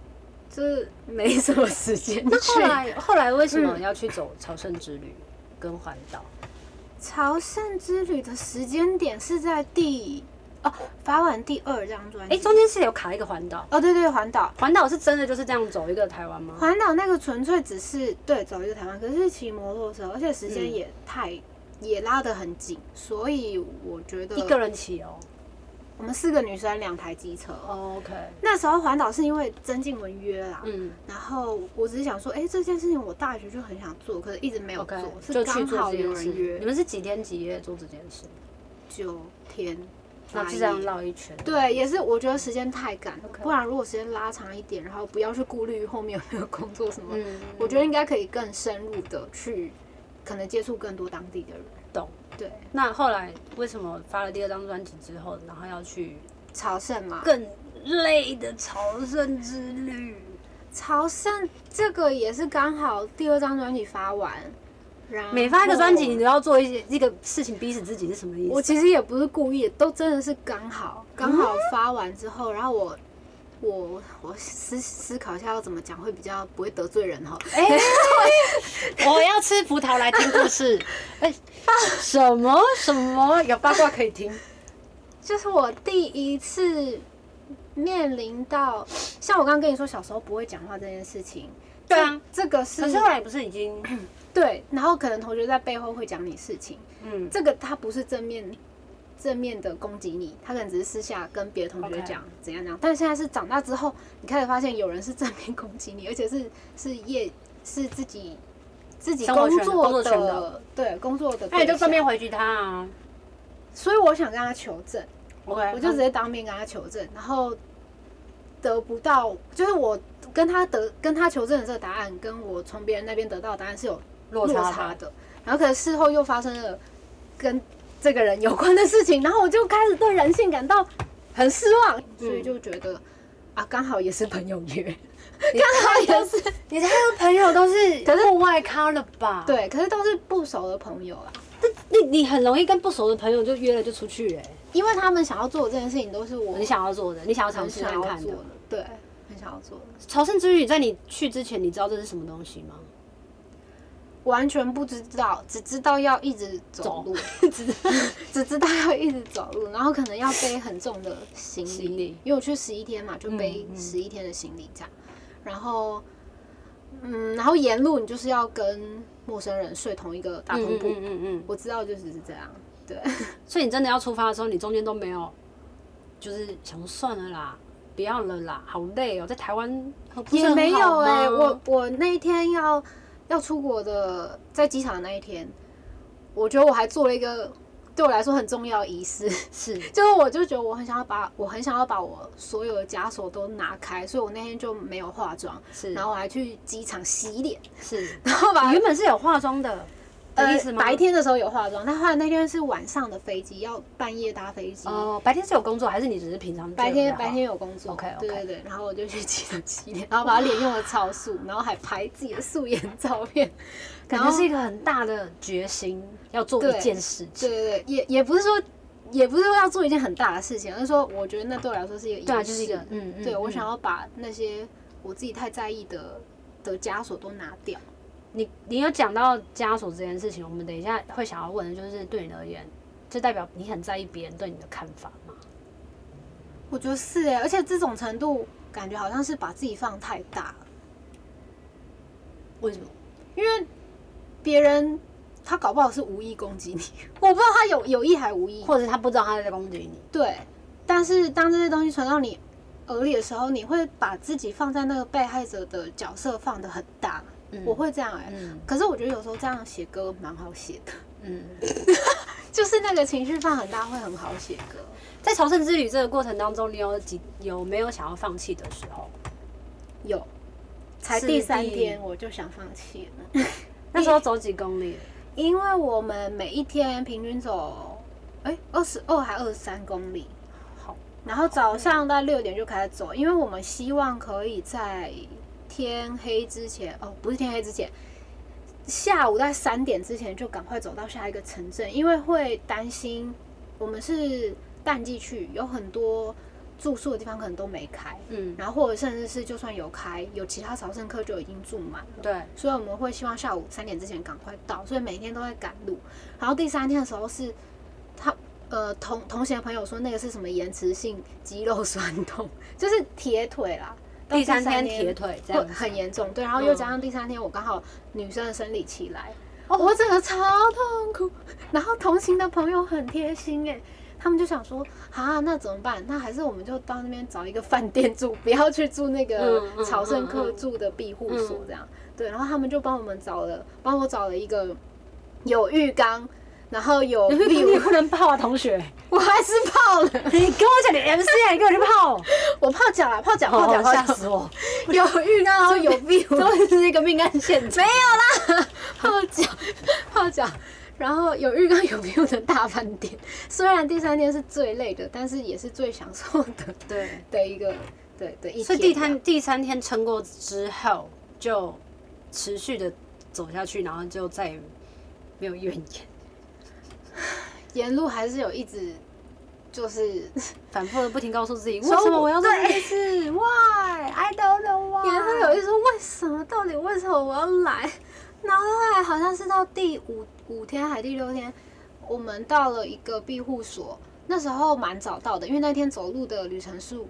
Speaker 2: 就是没什么时 [LAUGHS] 间去。
Speaker 1: 那后来后来为什么要去走朝圣之旅跟环岛？
Speaker 2: 朝圣之旅的时间点是在第哦，法晚第二张专辑。
Speaker 1: 哎，中间是有卡一个环岛，
Speaker 2: 哦，对对，环岛，
Speaker 1: 环岛是真的就是这样走一个台湾吗？
Speaker 2: 环岛那个纯粹只是对走一个台湾，可是骑摩托车，而且时间
Speaker 1: 嗯
Speaker 2: 也太、也拉得很紧，所以我觉得
Speaker 1: 一个人骑哦。
Speaker 2: 我们四个女生两台机车。
Speaker 1: 哦 OK，
Speaker 2: 那时候环岛是因为曾静文约啦，
Speaker 1: 嗯，
Speaker 2: 然后我只是想说，哎、这件事情我大学就很想做，可是一直没有做
Speaker 1: OK，
Speaker 2: 是
Speaker 1: 就去
Speaker 2: 刚
Speaker 1: 做
Speaker 2: 好
Speaker 1: 这
Speaker 2: 有
Speaker 1: 件
Speaker 2: 人
Speaker 1: 事。你
Speaker 2: 约
Speaker 1: 们是几天几夜做这件事？
Speaker 2: 九天，
Speaker 1: 那
Speaker 2: 八
Speaker 1: 就这样
Speaker 2: 夜
Speaker 1: 绕一圈。
Speaker 2: 对，也是我觉得时间太赶了
Speaker 1: OK
Speaker 2: 不然如果时间拉长一点，然后不要去顾虑后面有没有工作什么，
Speaker 1: 嗯，
Speaker 2: 我觉得应该可以更深入的去，可能接触更多当地的人。
Speaker 1: 懂。
Speaker 2: 对，
Speaker 1: 那后来为什么发了第二张专辑之后，然后要去
Speaker 2: 朝圣嘛，
Speaker 1: 更累的朝圣之旅？
Speaker 2: 朝圣这个也是刚好第二张专辑发完，然后
Speaker 1: 每发一个专辑，你都要做一些一个事情，逼死自己是什么意
Speaker 2: 我
Speaker 1: 思？
Speaker 2: 其实也不是故意，都真的是刚好，刚好发完之后，然后我。我我思思考一下要怎么讲会比较不会得罪人哈。
Speaker 1: 哎， [LAUGHS] 我要吃葡萄来听故事。哎，什么什么有八卦可以听？
Speaker 2: 就是我第一次面临到，像我刚刚跟你说小时候不会讲话这件事情，
Speaker 1: 对啊
Speaker 2: 这，这个是
Speaker 1: 可是后来不是已经
Speaker 2: 对，然后可能同学在背后会讲你事情，
Speaker 1: 嗯
Speaker 2: 这个它不是正面正面的攻击你，他可能只是私下跟别的同学
Speaker 1: OK
Speaker 2: 讲怎样怎样。但现在是长大之后，你开始发现有人是正面攻击你，而且是是业是自己自
Speaker 1: [LAUGHS]
Speaker 2: 己
Speaker 1: 生活
Speaker 2: 工
Speaker 1: 圈的工
Speaker 2: 作
Speaker 1: 作圈的
Speaker 2: 对工作的，
Speaker 1: 那你就正面。回击他啊。
Speaker 2: 所以我想跟他求证，
Speaker 1: OK，
Speaker 2: 我就直接当面跟他求证，然后得不到，就是我跟他得跟他求证的这个答案，跟我从别人那边得到的答案是有
Speaker 1: 落
Speaker 2: 落
Speaker 1: 差
Speaker 2: 差
Speaker 1: 的
Speaker 2: 的。然后可是事后又发生了跟这个人有关的事情，然后我就开始对人性感到很失
Speaker 1: 嗯
Speaker 2: 望，所以就觉得啊，刚好也是朋友
Speaker 1: [LAUGHS]
Speaker 2: 约，刚好也是
Speaker 1: 你的朋友都是
Speaker 2: 可是
Speaker 1: 户外咖了吧？，
Speaker 2: 对，可是都是不熟的朋友啦，
Speaker 1: 你你很容易跟不熟的朋友就约了就出去哎、
Speaker 2: 因为他们想要做的这件事情都是我
Speaker 1: 你想要做的，你想要尝
Speaker 2: 很
Speaker 1: 试
Speaker 2: 想
Speaker 1: 看
Speaker 2: 要
Speaker 1: 看
Speaker 2: 做
Speaker 1: 的
Speaker 2: 的。，对，很想要做的，
Speaker 1: 朝圣之旅在你去之前，你知道这是什么东西吗？
Speaker 2: 完全不知道，只知道要一直走
Speaker 1: [LAUGHS]
Speaker 2: 路，
Speaker 1: 只是
Speaker 2: 只知 [LAUGHS] 道要一直走路，然后可能要背很重的行李，
Speaker 1: 行李
Speaker 2: 因为我去十一天嘛，就背
Speaker 1: 嗯嗯
Speaker 2: 十一天的行李这样。然后，嗯，然后沿路你就是要跟陌生人睡同一个大通
Speaker 1: 嗯
Speaker 2: 铺，
Speaker 1: 嗯嗯嗯嗯。
Speaker 2: 我知道就只是这样，对，
Speaker 1: 所以你真的要出发的时候，你中间都没有，就是想说算了啦，不要了啦，好累哦，在台湾不是
Speaker 2: 也
Speaker 1: 很
Speaker 2: 没有
Speaker 1: 哎、
Speaker 2: 哎、我我那一天要要出国的，在机场的那一天，我觉得我还做了一个对我来说很重要的仪式，
Speaker 1: [LAUGHS] 是
Speaker 2: 就是我就觉得我很想要把我很想要把我所有的枷锁都拿开，所以我那天就没有化妆，
Speaker 1: 是，
Speaker 2: 然后我还去机场洗脸，
Speaker 1: 是， [LAUGHS]
Speaker 2: 然后把
Speaker 1: 你原本是有化妆的的意思吗？
Speaker 2: 呃白天的时候有化妆，但后来那天是晚上的飞机，要半夜搭飞机。
Speaker 1: 哦，白天是有工作，还是你只是平常
Speaker 2: 白天
Speaker 1: 就有在
Speaker 2: 白
Speaker 1: 化
Speaker 2: 天有工作
Speaker 1: OK，OK
Speaker 2: 对对对，然后我就去机场洗脸，然后把脸用的超素，然后还拍自己的素颜照片，
Speaker 1: 感
Speaker 2: 然
Speaker 1: 觉
Speaker 2: 后
Speaker 1: 是一个很大的决心，要做
Speaker 2: 对
Speaker 1: 一件事
Speaker 2: 对
Speaker 1: 情。
Speaker 2: 对对，也也不是说也不是说要做一件很大的事情，而是说我觉得那对我来说是一个仪式，
Speaker 1: 对啊，就是一个嗯，嗯
Speaker 2: 对我
Speaker 1: 嗯
Speaker 2: 想要把那些我自己太在意的的枷锁都拿掉。
Speaker 1: 你你有讲到枷锁这件事情，我们等一下会想要问的就是，对你而言，就代表你很在意别人对你的看法吗？
Speaker 2: 我觉得是哎，而且这种程度感觉好像是把自己放太大了，
Speaker 1: 为什么？
Speaker 2: 因为别人他搞不好是无意攻击你，我不知道他有有意还无意。
Speaker 1: 或者他不知道他在攻击你？
Speaker 2: 对，但是当这些东西传到你耳里的时候，你会把自己放在那个被害者的角色放得很大。
Speaker 1: 嗯
Speaker 2: 我会这样哎、
Speaker 1: 嗯
Speaker 2: 可是我觉得有时候这样写歌蛮好写的， [LAUGHS]
Speaker 1: 嗯，
Speaker 2: 就是那个情绪放很大会很好写歌。
Speaker 1: 在朝圣之旅这个过程当中，你有几有没有想要放弃的时候？
Speaker 2: 有，才
Speaker 1: 是
Speaker 2: 第三
Speaker 1: 第
Speaker 2: 天我就想放弃了。 [LAUGHS]
Speaker 1: 那时候走几公里？
Speaker 2: 因为我们每一天平均走，哎，二十二还二十三公里，
Speaker 1: 好，
Speaker 2: 然后早上到六点就开始走，因为我们希望可以在天黑之前，哦，不是天黑之前，下午在三点之前就赶快走到下一个城镇，因为会担心我们是淡季去，有很多住宿的地方可能都没开，
Speaker 1: 嗯，
Speaker 2: 然后或者甚至是就算有开，有其他朝圣客就已经住满了。
Speaker 1: 对，
Speaker 2: 所以我们会希望下午三点之前赶快到，所以每天都在赶路。然后第三天的时候是他呃同同行的朋友说那个是什么延迟性肌肉酸痛， [LAUGHS] 就是铁腿啦。到
Speaker 1: 第三
Speaker 2: 天
Speaker 1: 天铁腿这
Speaker 2: 会
Speaker 1: 样子嗯
Speaker 2: 很严重，对，然后又加上第三天我刚好女生的生理期来，哦，我整个超痛苦。然后同行的朋友很贴心哎、他们就想说啊，那怎么办？那还是我们就到那边找一个饭店住，不要去住那个
Speaker 1: 嗯嗯
Speaker 2: 朝圣客
Speaker 1: 嗯嗯
Speaker 2: 住的庇护所这样。对，然后他们就帮我们找了，帮我找了一个有浴缸，然后
Speaker 1: [LAUGHS]
Speaker 2: 有
Speaker 1: 你
Speaker 2: 壁
Speaker 1: 你 [LAUGHS]
Speaker 2: 屋，
Speaker 1: 不能泡啊，同学！
Speaker 2: 我还是泡了，
Speaker 1: 你跟我讲你 MC，啊 [LAUGHS] 你给我去泡，
Speaker 2: 我泡脚了，泡脚，泡
Speaker 1: 泡
Speaker 2: 脚，
Speaker 1: 脚
Speaker 2: 哦泡
Speaker 1: 吓
Speaker 2: 脚，
Speaker 1: 死我！
Speaker 2: [LAUGHS] 有浴缸，然后有壁屋，
Speaker 1: 终于是一个命案现场。
Speaker 2: 没有啦，泡脚， [LAUGHS] 泡脚，然后有浴缸有 view 的大饭店。 [LAUGHS] 虽然第三天是最累的，但是也是最享受的
Speaker 1: 对，
Speaker 2: 的一个对对一天。
Speaker 1: 所以第三第三天撑过之后，就持续的走下去，然后就再也没有怨言，
Speaker 2: 沿路还是有一直就是
Speaker 1: 反复的不停告诉自己，为
Speaker 2: 所以我
Speaker 1: 什么我要做
Speaker 2: 对
Speaker 1: 这件事？Why I don't know
Speaker 2: 也会有
Speaker 1: why。
Speaker 2: 一种为什么？到底为什么我要来？ [LAUGHS] 然后后来好像是到第五五天还第六天，我们到了一个庇护所，那时候蛮早到的，因为那天走路的里程数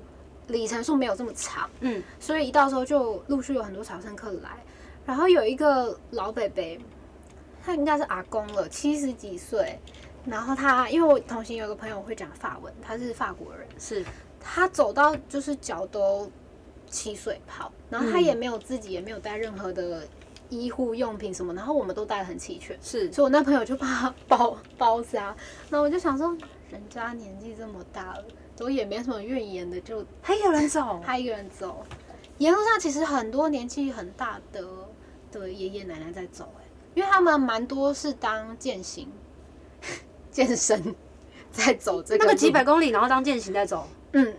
Speaker 2: 里程数没有这么长，
Speaker 1: 嗯，
Speaker 2: 所以一到时候就陆续有很多朝圣客来。然后有一个老北北，他应该是阿公了，七十几岁，然后他因为我同行有个朋友会讲法文，他是法国人，
Speaker 1: 是
Speaker 2: 他走到就是脚都起水泡，然后他
Speaker 1: 嗯
Speaker 2: 也没有自己也没有带任何的医护用品什么，然后我们都带的很齐全，
Speaker 1: 嗯是，
Speaker 2: 所以我那朋友就把他包包扎，那我就想说，人家年纪这么大了，都也没什么怨言的，就
Speaker 1: 还有人走，
Speaker 2: 他一个人走。沿路上其实很多年纪很大的的爷爷奶奶在走、欸，因为他们蛮多是当健行、 [LAUGHS] 健身在走这
Speaker 1: 那
Speaker 2: 个
Speaker 1: 个
Speaker 2: 路
Speaker 1: 几百公里，然后当践行在走，
Speaker 2: 嗯，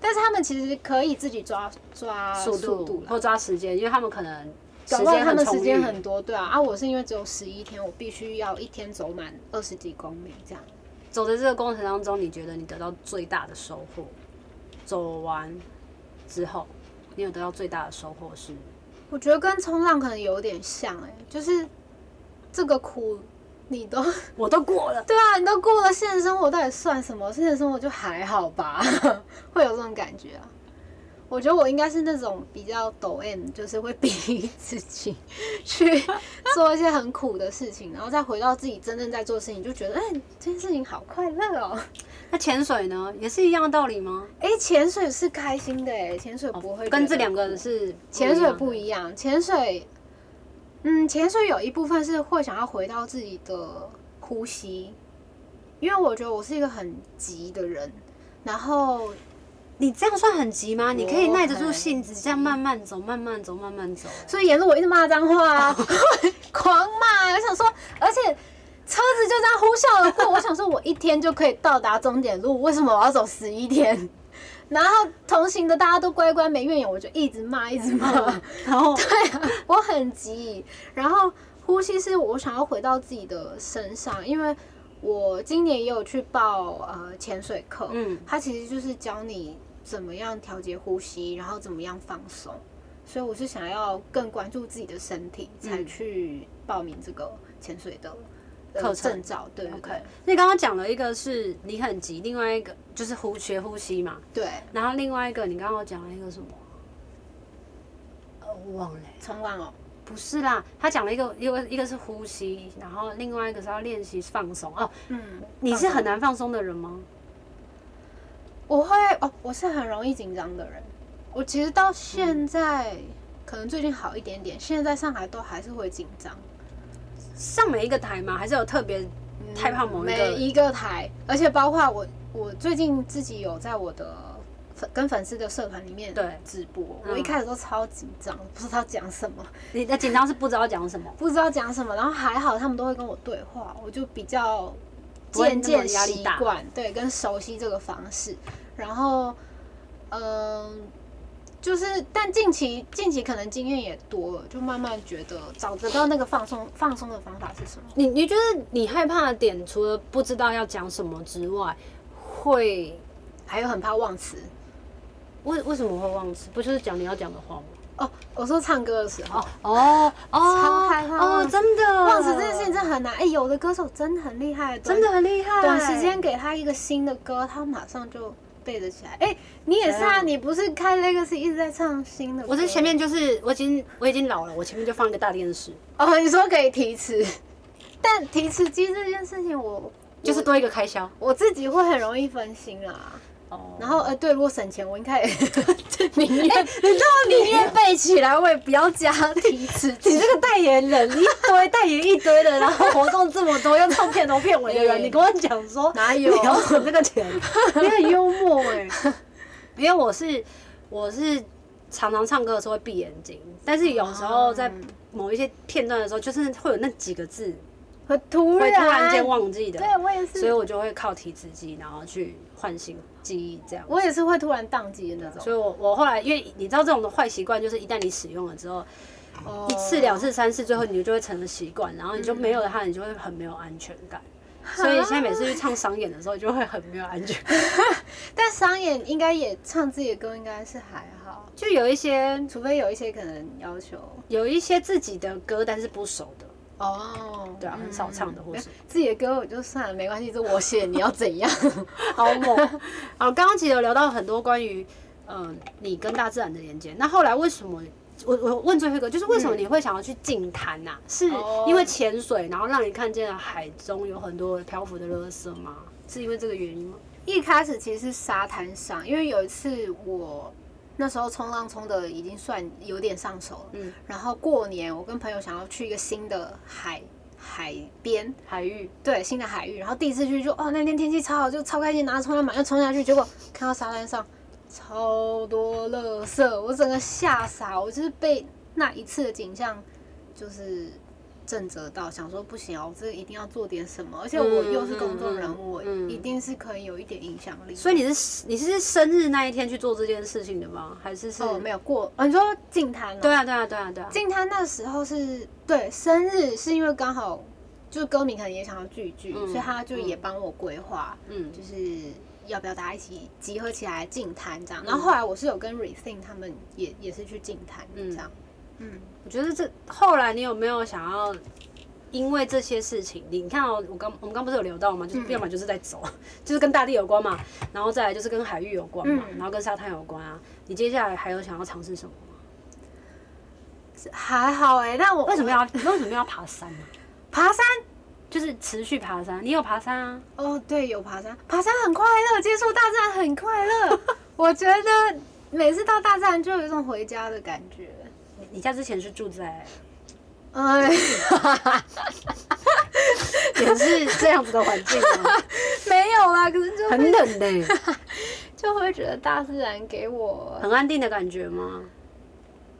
Speaker 2: 但是他们其实可以自己抓抓
Speaker 1: 速
Speaker 2: 度
Speaker 1: 度
Speaker 2: 啦
Speaker 1: 或抓时间，因为他们可能时
Speaker 2: 搞不好
Speaker 1: 间
Speaker 2: 他
Speaker 1: 很
Speaker 2: 们时
Speaker 1: 充裕
Speaker 2: 间，很多，对啊，啊，我是因为只有十一天，我必须要一天走满二十几公里这样。
Speaker 1: 走的这个过程当中，你觉得你得到最大的收获，走完之后，你有得到最大的收获是，
Speaker 2: 我觉得跟冲浪可能有点像、欸，哎，就是这个苦你都，
Speaker 1: 我都过了
Speaker 2: 对啊，你都过了现实生活，到底算什么？现实生活就还好吧， [LAUGHS] 会有这种感觉啊。我觉得我应该是那种比较抖 M，就是会逼自己去做一些很苦的事情，然后再回到自己真正在做的事情，就觉得哎、这件事情好快乐哦。
Speaker 1: 那潜水呢，也是一样的道理吗？
Speaker 2: 哎、潜水是开心的哎、潜水不会觉得
Speaker 1: 哦跟这两
Speaker 2: 苦
Speaker 1: 个是
Speaker 2: 潜水
Speaker 1: 不
Speaker 2: 不一样，潜水，嗯，潜水有一部分是会想要回到自己的呼吸，因为我觉得我是一个很急的人，然后
Speaker 1: 你这样算很急吗？你可以
Speaker 2: 我
Speaker 1: 耐得住
Speaker 2: 很
Speaker 1: 性子，这样慢慢走，慢慢走，慢慢走。
Speaker 2: 所以沿路我一直骂脏话啊，狂骂，我想说，而且车子就这样呼啸而过，我想说我一天就可以到达终点路，为什么我要走十一天？然后同行的大家都乖乖没怨言，我就一直骂，一直骂。
Speaker 1: 然后
Speaker 2: [LAUGHS] 我很急，然后呼吸是我想要回到自己的身上，因为我今年也有去报呃潜水课，
Speaker 1: 嗯
Speaker 2: 它其实就是教你怎么样调节呼吸，然后怎么样放松，所以我是想要更关注自己的身体，才
Speaker 1: 嗯
Speaker 2: 去报名这个潜水的呃
Speaker 1: 课程
Speaker 2: 证照，对对对
Speaker 1: ，OK。所以刚刚讲了一个是你很急，另外一个就是呼学呼吸嘛，
Speaker 2: 对，
Speaker 1: 然后另外一个你刚刚讲了一个什么？呃，我忘了欸、
Speaker 2: 冲浪哦，
Speaker 1: 不是啦，他讲了一个，一个一个是呼吸，然后另外一个是要练习放松。哦，
Speaker 2: 嗯，
Speaker 1: 你是很
Speaker 2: 放松，
Speaker 1: 难放松的人吗？
Speaker 2: 我会哦，我是很容易紧张的人，我其实到现在。可能最近好一点点，现在在上海都还是会紧张，
Speaker 1: 上每一个台吗？还是有特别害怕嗯某一
Speaker 2: 嗯每
Speaker 1: 个？
Speaker 2: 一个台，而且包括我，我最近自己有在我的粉跟粉丝的社团里面
Speaker 1: 对
Speaker 2: 直播，
Speaker 1: 嗯
Speaker 2: 我一开始都超紧张，不知道讲什么，
Speaker 1: 你的紧张是不知道讲什么，
Speaker 2: 不知道讲什么，然后还好他们都会跟我对话，我就比较
Speaker 1: 不会
Speaker 2: 渐
Speaker 1: 那么
Speaker 2: 渐
Speaker 1: 压力
Speaker 2: 习
Speaker 1: 大
Speaker 2: 惯，对，跟熟悉这个方式，然后，嗯。就是，但近期近期可能经验也多了，就慢慢觉得找得到那个放松放松的方法是什么。
Speaker 1: 你你觉得你害怕的点，除了不知道要讲什么之外，会
Speaker 2: 还有很怕忘词
Speaker 1: 为为什么会忘词？不就是讲你要讲的话吗？
Speaker 2: 哦，我说唱歌的时候，
Speaker 1: 哦
Speaker 2: 超
Speaker 1: 哦
Speaker 2: 害怕忘
Speaker 1: 哦，
Speaker 2: 词
Speaker 1: 真的
Speaker 2: 忘词这件事情真的很难。哎、有的歌手真的很厉害，
Speaker 1: 真的很厉害，
Speaker 2: 短短时间给他一个新的歌，他马上就背得起来。哎、你也是
Speaker 1: 对
Speaker 2: 啊，
Speaker 1: 啊
Speaker 2: 你不是开 Legacy 一直在唱新的歌？
Speaker 1: 我在前面就是我已经我已经老了，我前面就放一个大电视，
Speaker 2: 哦，你说可以提词， [LAUGHS] 但提词机这件事情我，
Speaker 1: 就是多一个开销。
Speaker 2: 我自己会很容易分心啦。
Speaker 1: 哦，
Speaker 2: 然后呃，对，如果省钱，我应该也 [LAUGHS] 宁愿
Speaker 1: 你知道
Speaker 2: 宁愿背起来，我也不要加提词机。
Speaker 1: 你这个代言人一堆代言一堆的，然后活动这么多，又唱片头片尾的
Speaker 2: 哎
Speaker 1: 人，你跟我讲说
Speaker 2: 哪有
Speaker 1: 你要省这个钱？ [LAUGHS]
Speaker 2: 你很幽默哎、
Speaker 1: 因为我是我是常常唱歌的时候会闭眼睛，但是有时候在某一些片段的时候，就是会有那几个字
Speaker 2: 我
Speaker 1: [LAUGHS]
Speaker 2: 突
Speaker 1: 会
Speaker 2: 然
Speaker 1: 突然间忘记的，
Speaker 2: 对我也是，
Speaker 1: 所以啊我就会靠提词机，然后去唤醒记忆这样。
Speaker 2: 我也是会突然宕机的那种
Speaker 1: 所。以我我后来因为你知道这种的坏习惯，就是一旦你使用了之后，
Speaker 2: 哦
Speaker 1: 一次、两次、三次，最后你就会成了习惯，然后你就没有了它，你就会很没有安全感。所以现在每次去唱商演的时候，就会很没有安全感。
Speaker 2: 但商演应该也唱自己的歌，应该是还好，
Speaker 1: 就有一些
Speaker 2: 除非有一些可能要求
Speaker 1: 有一些自己的歌，但是不熟的，
Speaker 2: 哦，
Speaker 1: 对啊，很少唱的或是。
Speaker 2: 自己的歌我就算了，没关系，这我写，你要怎样？
Speaker 1: 好猛！
Speaker 2: [LAUGHS]
Speaker 1: 哦，刚刚其实有聊到很多关于嗯、呃你跟大自然的连接。那后来为什么我我问最后一个，就是为什么你会想要去净滩呐？是
Speaker 2: 嗯哦
Speaker 1: 因为潜水，然后让你看见了海中有很多漂浮的垃圾吗？是因为这个原因吗？
Speaker 2: 一开始其实是沙滩上，因为有一次我那时候冲浪冲的已经算有点上手了，
Speaker 1: 嗯，
Speaker 2: 然后过年我跟朋友想要去一个新的海海边，
Speaker 1: 海域
Speaker 2: 对新的海域，然后第一次去就哦那天天气超好，就超开心，拿着冲浪板就冲下去，结果看到沙滩上超多垃圾，我整个吓傻，我就是被那一次的景象就是震慑到，想说不行啊，我这个一定要做点什么，而且我又是公众人物，
Speaker 1: 嗯嗯嗯嗯
Speaker 2: 一定是可以有一点影响力。
Speaker 1: 所以你是你是生日那一天去做这件事情的吗？还是是？
Speaker 2: 哦没有过，哦、你说净滩、哦、
Speaker 1: 对啊，对啊，对啊，对啊。
Speaker 2: 进摊那时候是对生日，是因为刚好就是歌迷可能也想要聚一聚，
Speaker 1: 嗯
Speaker 2: 所以他就也帮我规划，
Speaker 1: 嗯
Speaker 2: 就是要不要大家一起集合起来进摊这样。
Speaker 1: 嗯
Speaker 2: 然后后来我是有跟 Rethink 他们也也是去进摊这样，嗯，
Speaker 1: 我觉得这后来你有没有想要？因为这些事情，你看哦，我刚我们刚不是有聊到吗？就是
Speaker 2: 嗯
Speaker 1: 要么就是在走， [LAUGHS] 就是跟大地有关嘛，然后再来就是跟海域有关嘛，
Speaker 2: 嗯
Speaker 1: 然后跟沙滩有关啊。你接下来还有想要尝试什么？
Speaker 2: 是还好哎、但我
Speaker 1: 为什么要你为什么要爬山呢、 [LAUGHS]
Speaker 2: 爬山？
Speaker 1: 就是持续爬山，你有爬山啊？
Speaker 2: 哦，对，有爬山，爬山很快乐，接触大自然很
Speaker 1: [LAUGHS]
Speaker 2: 快乐。我觉得每次到大自然就有一种回家的感觉。
Speaker 1: 你你家之前是住在
Speaker 2: 哎，
Speaker 1: 嗯也是这样子的环境吗？
Speaker 2: [LAUGHS]
Speaker 1: [LAUGHS]
Speaker 2: 没有啦，可是就
Speaker 1: 很
Speaker 2: 会
Speaker 1: 冷呢、
Speaker 2: 就会觉得大自然给我
Speaker 1: 很安定的感觉
Speaker 2: [LAUGHS]
Speaker 1: 吗？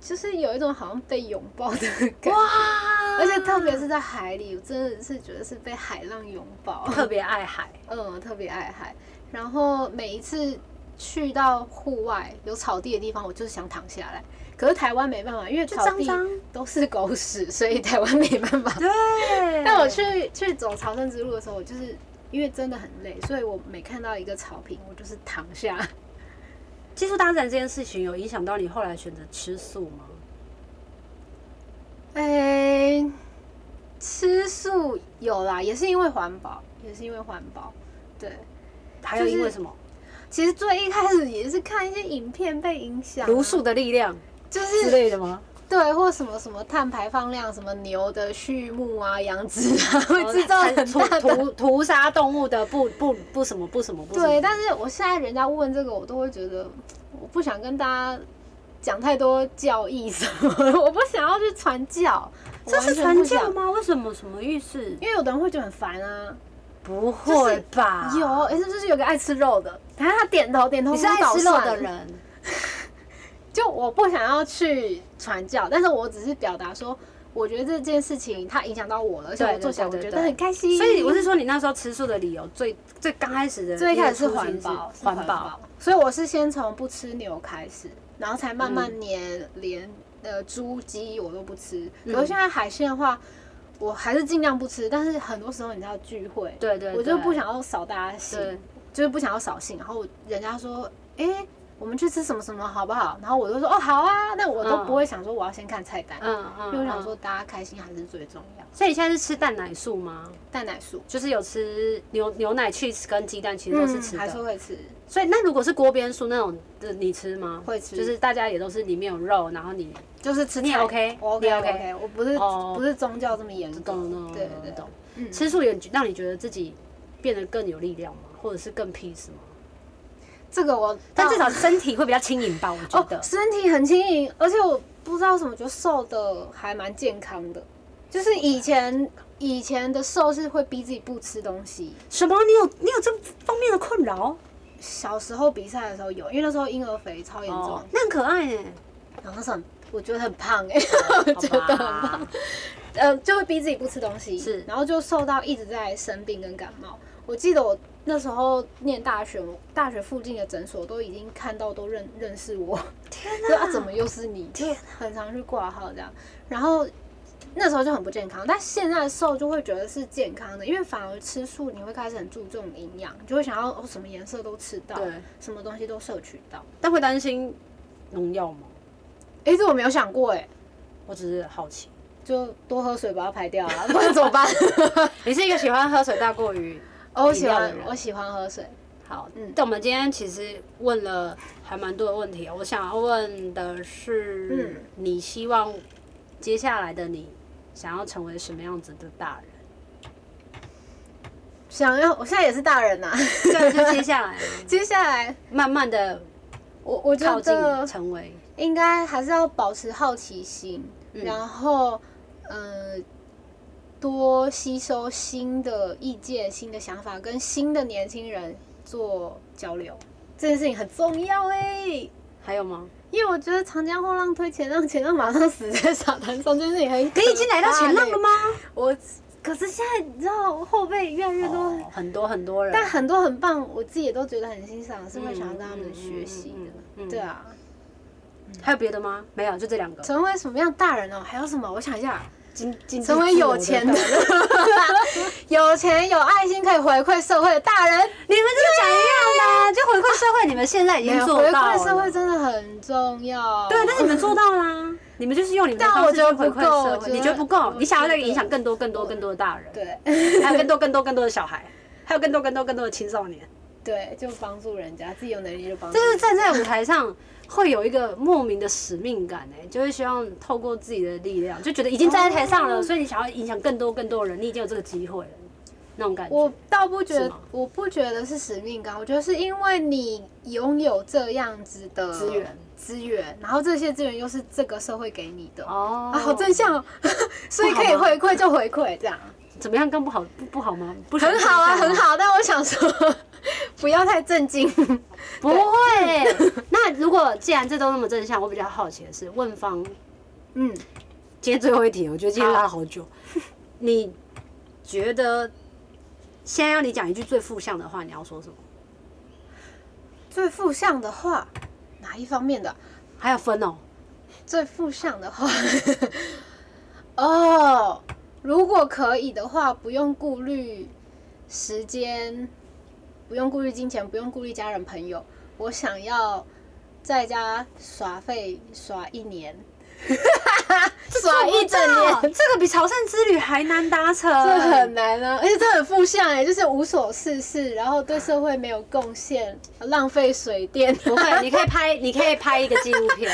Speaker 2: 就是有一种好像被拥抱的感觉，
Speaker 1: 哇
Speaker 2: 而且特别是在海里，我真的是觉得是被海浪拥
Speaker 1: [LAUGHS]
Speaker 2: 抱，
Speaker 1: 特别爱海，
Speaker 2: 嗯，特别爱海。然后每一次去到户外有草地的地方，我就是想躺下来。可是台湾没办法，因为草
Speaker 1: 就脏
Speaker 2: 地
Speaker 1: 脏
Speaker 2: 都是狗屎，所以台湾没办法。
Speaker 1: [LAUGHS] 对。
Speaker 2: 但我去去走朝圣之路的时候，我就是因为真的很累，所以我每看到一个草坪，我就是躺下。
Speaker 1: 接触大自然这件事情，有影响到你后来选择吃素吗？
Speaker 2: 诶、哎吃素有啦，也是因为环保，也是因为环保。对，
Speaker 1: 还有因为什么？
Speaker 2: 其实最一开始也是看一些影片被影响、啊
Speaker 1: 茹素，的力量
Speaker 2: 就
Speaker 1: 之
Speaker 2: 是
Speaker 1: 类的吗？
Speaker 2: 对，或什么什么碳排放量，什么牛的畜牧啊、 [LAUGHS] 羊脂
Speaker 1: 哦
Speaker 2: 啊， [LAUGHS] 会制造很
Speaker 1: 屠
Speaker 2: 大的。
Speaker 1: 屠屠杀动物的不不不什么不什么不什么
Speaker 2: 对，但是我现在人家问这个，我都会觉得我不想跟大家讲太多教义什么的， [LAUGHS] 我不想要去传教。我
Speaker 1: 这是
Speaker 2: 完全
Speaker 1: 传
Speaker 2: 不
Speaker 1: 教
Speaker 2: 想？
Speaker 1: 吗？为什么什么意思？
Speaker 2: 因为有的人会觉得很烦啊。
Speaker 1: 不会吧？
Speaker 2: 有，哎、是不是有个爱吃肉的？然后他点头点头，
Speaker 1: 啊你是爱
Speaker 2: 我
Speaker 1: 吃
Speaker 2: 说
Speaker 1: 肉
Speaker 2: 倒
Speaker 1: 的
Speaker 2: 算了。
Speaker 1: 人，
Speaker 2: 就我不想要去传教，但是我只是表达说，我觉得这件事情它影响到我了，而且
Speaker 1: 对
Speaker 2: 我做起来我
Speaker 1: 对对
Speaker 2: 觉
Speaker 1: 对
Speaker 2: 得很开心。
Speaker 1: 所以我是说，你那时候吃素的理由最最刚开始的
Speaker 2: 最一开始是
Speaker 1: 一个初
Speaker 2: 环
Speaker 1: 心是
Speaker 2: 保，是
Speaker 1: 环保，，
Speaker 2: 所以我是先从不吃牛开始，然后才慢慢连、连呃猪鸡我都不吃。
Speaker 1: 嗯
Speaker 2: 可是现在海鲜的话。我还是尽量不吃，但是很多时候你知道聚会，
Speaker 1: 对对
Speaker 2: 我就
Speaker 1: 对
Speaker 2: 不想要扫大家兴，
Speaker 1: 对，
Speaker 2: 就是不想要扫兴。然后人家说，哎、我们去吃什么什么好不好？然后我就说，哦，好啊。那我都
Speaker 1: 嗯
Speaker 2: 不会想说我要先看菜单，
Speaker 1: 嗯嗯，
Speaker 2: 因为我想
Speaker 1: 嗯
Speaker 2: 说大家开心还是最重要。
Speaker 1: 所以你现在是吃蛋奶素吗？
Speaker 2: 蛋奶素，
Speaker 1: 就是有吃牛牛奶、cheese 跟鸡蛋，其实都嗯是吃的。
Speaker 2: 嗯还是会吃，
Speaker 1: 所以那如果是锅边素那种的，你吃吗？
Speaker 2: 会吃
Speaker 1: 就是大家也都是里面有肉，然后你
Speaker 2: 就是吃
Speaker 1: 你也
Speaker 2: 菜
Speaker 1: OK，
Speaker 2: 我
Speaker 1: 你
Speaker 2: OK
Speaker 1: 也
Speaker 2: OK，,
Speaker 1: OK
Speaker 2: 我不是、
Speaker 1: 哦
Speaker 2: 不是宗教这么严格
Speaker 1: 懂懂，
Speaker 2: 对对对
Speaker 1: 懂。
Speaker 2: 嗯
Speaker 1: 吃素也让你觉得自己变得更有力量吗？或者是更 peace 吗？
Speaker 2: 这个我，
Speaker 1: 但至少身体会比较轻盈吧，我觉
Speaker 2: 哦
Speaker 1: 得。
Speaker 2: 身体很轻盈，而且我不知道为什么就瘦的还蛮健康的，就是以前以前的瘦是会逼自己不吃东西，
Speaker 1: 什么？你有你有这方面的困扰？
Speaker 2: 小时候比赛的时候有，因为那时候婴儿肥超
Speaker 1: 哦
Speaker 2: 严重，
Speaker 1: 那很可爱哎、
Speaker 2: 然后那时候很我觉得很胖哎、 [LAUGHS] 我
Speaker 1: [LAUGHS]
Speaker 2: 觉得很
Speaker 1: 哦好吧
Speaker 2: 胖，呃，就会逼自己不吃东西，
Speaker 1: 是
Speaker 2: 然后就瘦到一直在生病跟感冒。我记得我那时候念大学，我大学附近的诊所都已经看到都认认识我，天 [LAUGHS] 哪，啊怎么又是你？就很常去挂号这样，然后。那时候就很不健康，但现在瘦就会觉得是健康的，因为反而吃素你会开始很注重营养，你就会想要、哦、什么颜色都吃到，
Speaker 1: 对，
Speaker 2: 什么东西都摄取到。
Speaker 1: 但会担心农药吗？
Speaker 2: 诶，这我没有想过诶。
Speaker 1: 我只是好奇。
Speaker 2: 就多喝水把它排掉啊，不然怎么办？ [LAUGHS]
Speaker 1: 你是一个喜欢喝水大过于
Speaker 2: 哦我喜
Speaker 1: 饮料的
Speaker 2: 欢
Speaker 1: 人
Speaker 2: 我喜欢喝水，
Speaker 1: 好，
Speaker 2: 嗯
Speaker 1: 但我们今天其实问了还蛮多的问题哦。我想要问的是，
Speaker 2: 嗯
Speaker 1: 你希望接下来的你想要成为什么样子的大人？ [LAUGHS]
Speaker 2: 想要，我现在也是大人呐、 [LAUGHS]
Speaker 1: 对，就接下来
Speaker 2: 接下来
Speaker 1: 慢慢的
Speaker 2: 我我觉
Speaker 1: 靠近
Speaker 2: 得
Speaker 1: 成为，
Speaker 2: 应该还是要保持好奇心，
Speaker 1: 嗯
Speaker 2: 然后呃多吸收新的意见、新的想法，跟新的年轻人做交流，这件事情很重要哎、
Speaker 1: 还有吗？
Speaker 2: 因为我觉得长江后浪推前浪，前浪马上死在沙滩上，这件事情很
Speaker 1: 可以已经来到前浪了
Speaker 2: 吗？
Speaker 1: 吗？
Speaker 2: 我可是现在你知道后辈越来越多，
Speaker 1: 哦很多很多人，
Speaker 2: 但很多很棒，我自己也都觉得很欣赏，是会想要跟他
Speaker 1: 嗯
Speaker 2: 们
Speaker 1: 嗯
Speaker 2: 学习
Speaker 1: 嗯
Speaker 2: 的。
Speaker 1: 嗯嗯
Speaker 2: 对啊，
Speaker 1: 还有别的吗？没有，就这两个。
Speaker 2: 成为什么样的大人哦？还有什么？我想一下，
Speaker 1: 经经济
Speaker 2: 成为
Speaker 1: 嗯自
Speaker 2: 有
Speaker 1: 由
Speaker 2: 钱
Speaker 1: 的
Speaker 2: 的
Speaker 1: 大人，
Speaker 2: [LAUGHS] 有钱有爱心可以回馈社会的大人，
Speaker 1: 你们这讲一样的啊，就回馈社会，你们现在已经
Speaker 2: 没有
Speaker 1: 做
Speaker 2: 哎回
Speaker 1: 到了。
Speaker 2: 馈社会真的很重要。
Speaker 1: 对，啊但是你们做到啦，你们就是用你们的
Speaker 2: 哦但
Speaker 1: 方
Speaker 2: 我
Speaker 1: 式
Speaker 2: 觉
Speaker 1: 去
Speaker 2: 得
Speaker 1: 回
Speaker 2: 不
Speaker 1: 馈
Speaker 2: 够
Speaker 1: 社
Speaker 2: 我
Speaker 1: 会，
Speaker 2: 觉
Speaker 1: 你觉得
Speaker 2: 得
Speaker 1: 不够，
Speaker 2: 我
Speaker 1: 你想要
Speaker 2: 觉
Speaker 1: 再
Speaker 2: 得
Speaker 1: 影响更多、更多、更多的大人，，
Speaker 2: 对 [LAUGHS]
Speaker 1: 还有更多、更多、更多的小孩，还有更多、更多、更多的青少年。
Speaker 2: 对，就帮助人家，自己有能力就帮助
Speaker 1: 就
Speaker 2: 人家。
Speaker 1: 是站在舞台上，会有一个莫名的使命感、哎，就会希望透过自己的力量，就觉得已经站在台
Speaker 2: 哦
Speaker 1: 上了，所以你想要影响更多、更多人，你已经有这个机会了，那种感觉。
Speaker 2: 我倒不觉
Speaker 1: 是
Speaker 2: 得
Speaker 1: 吗，
Speaker 2: 我不觉得是使命感，我觉得是因为你拥有这样子的
Speaker 1: 资源，
Speaker 2: 资源，然后这些资源又是这个社会给你的，
Speaker 1: 哦
Speaker 2: 啊，好正向哦， [LAUGHS] 所以可以
Speaker 1: 不好吗
Speaker 2: 回馈就回馈，这样
Speaker 1: 怎么样？更不好不不好吗？不
Speaker 2: 很好啊，
Speaker 1: 想这
Speaker 2: 很
Speaker 1: 样吗。
Speaker 2: 好。但我想说， [LAUGHS] 不要太震惊。
Speaker 1: 不会。 [LAUGHS] 那如果既然这都那么正向，我比较好奇的是，问方
Speaker 2: 嗯，
Speaker 1: 今天最后一题，我觉得今天拉了好久。 [LAUGHS] 你觉得现在要你讲一句最负向的话，你要说什么？
Speaker 2: 最负向的话，哪一方面的啊？
Speaker 1: 还有分哦，
Speaker 2: 最负向的话， [LAUGHS] 哦，如果可以的话，不用顾虑时间，不用顾虑金钱，不用顾虑家人朋友，我想要在家耍废耍一 [LAUGHS] 年，耍一整
Speaker 1: 做不
Speaker 2: 年。
Speaker 1: 到这个比朝圣之旅还难达成，
Speaker 2: 这很难啊，而且这很负向哎、就是无所事事，然后对社会没有贡献，浪费水电， [LAUGHS]
Speaker 1: 不会。你可以拍，你可以拍一个纪录片，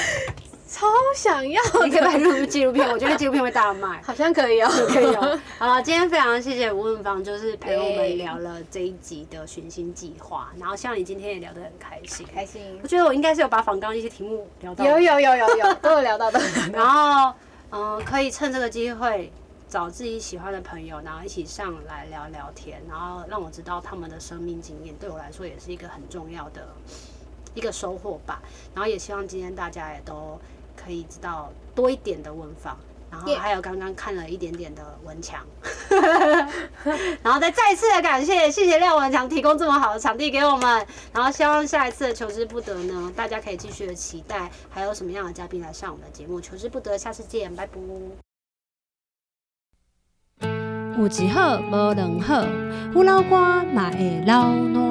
Speaker 2: 超想要
Speaker 1: 你可以
Speaker 2: 的，
Speaker 1: 拍录纪录片，我觉得纪录片会大卖。
Speaker 2: [LAUGHS] 好像可以哦、
Speaker 1: 可以哦。好了，今天非常谢谢吴文芳，就是陪我
Speaker 2: 哎
Speaker 1: 们聊了这一集的寻星计划，然后希望你今天也聊得很开心。
Speaker 2: 开心
Speaker 1: 我。觉得我应该是有把仿纲一些题目聊到，
Speaker 2: 有有有有有，都有聊到的。
Speaker 1: 然后嗯、可以趁这个机会找自己喜欢的朋友，然后一起上来聊聊天，然后让我知道他们的生命经验，对我来说也是一个很重要的一个收获吧。然后也希望今天大家也都可以知道多一点的文法。然后
Speaker 2: Yeah
Speaker 1: 还有刚刚看了一点点的文强，然后再再一次的感谢，谢谢廖文强提供这么好的场地给我们，然后希望下一次的求之不得呢，大家可以继续的期待，还有什么样的嘉宾来上我们的节目，求之不得，下次见，拜拜。
Speaker 4: 有一好无两好，无老瓜嘛会老烂。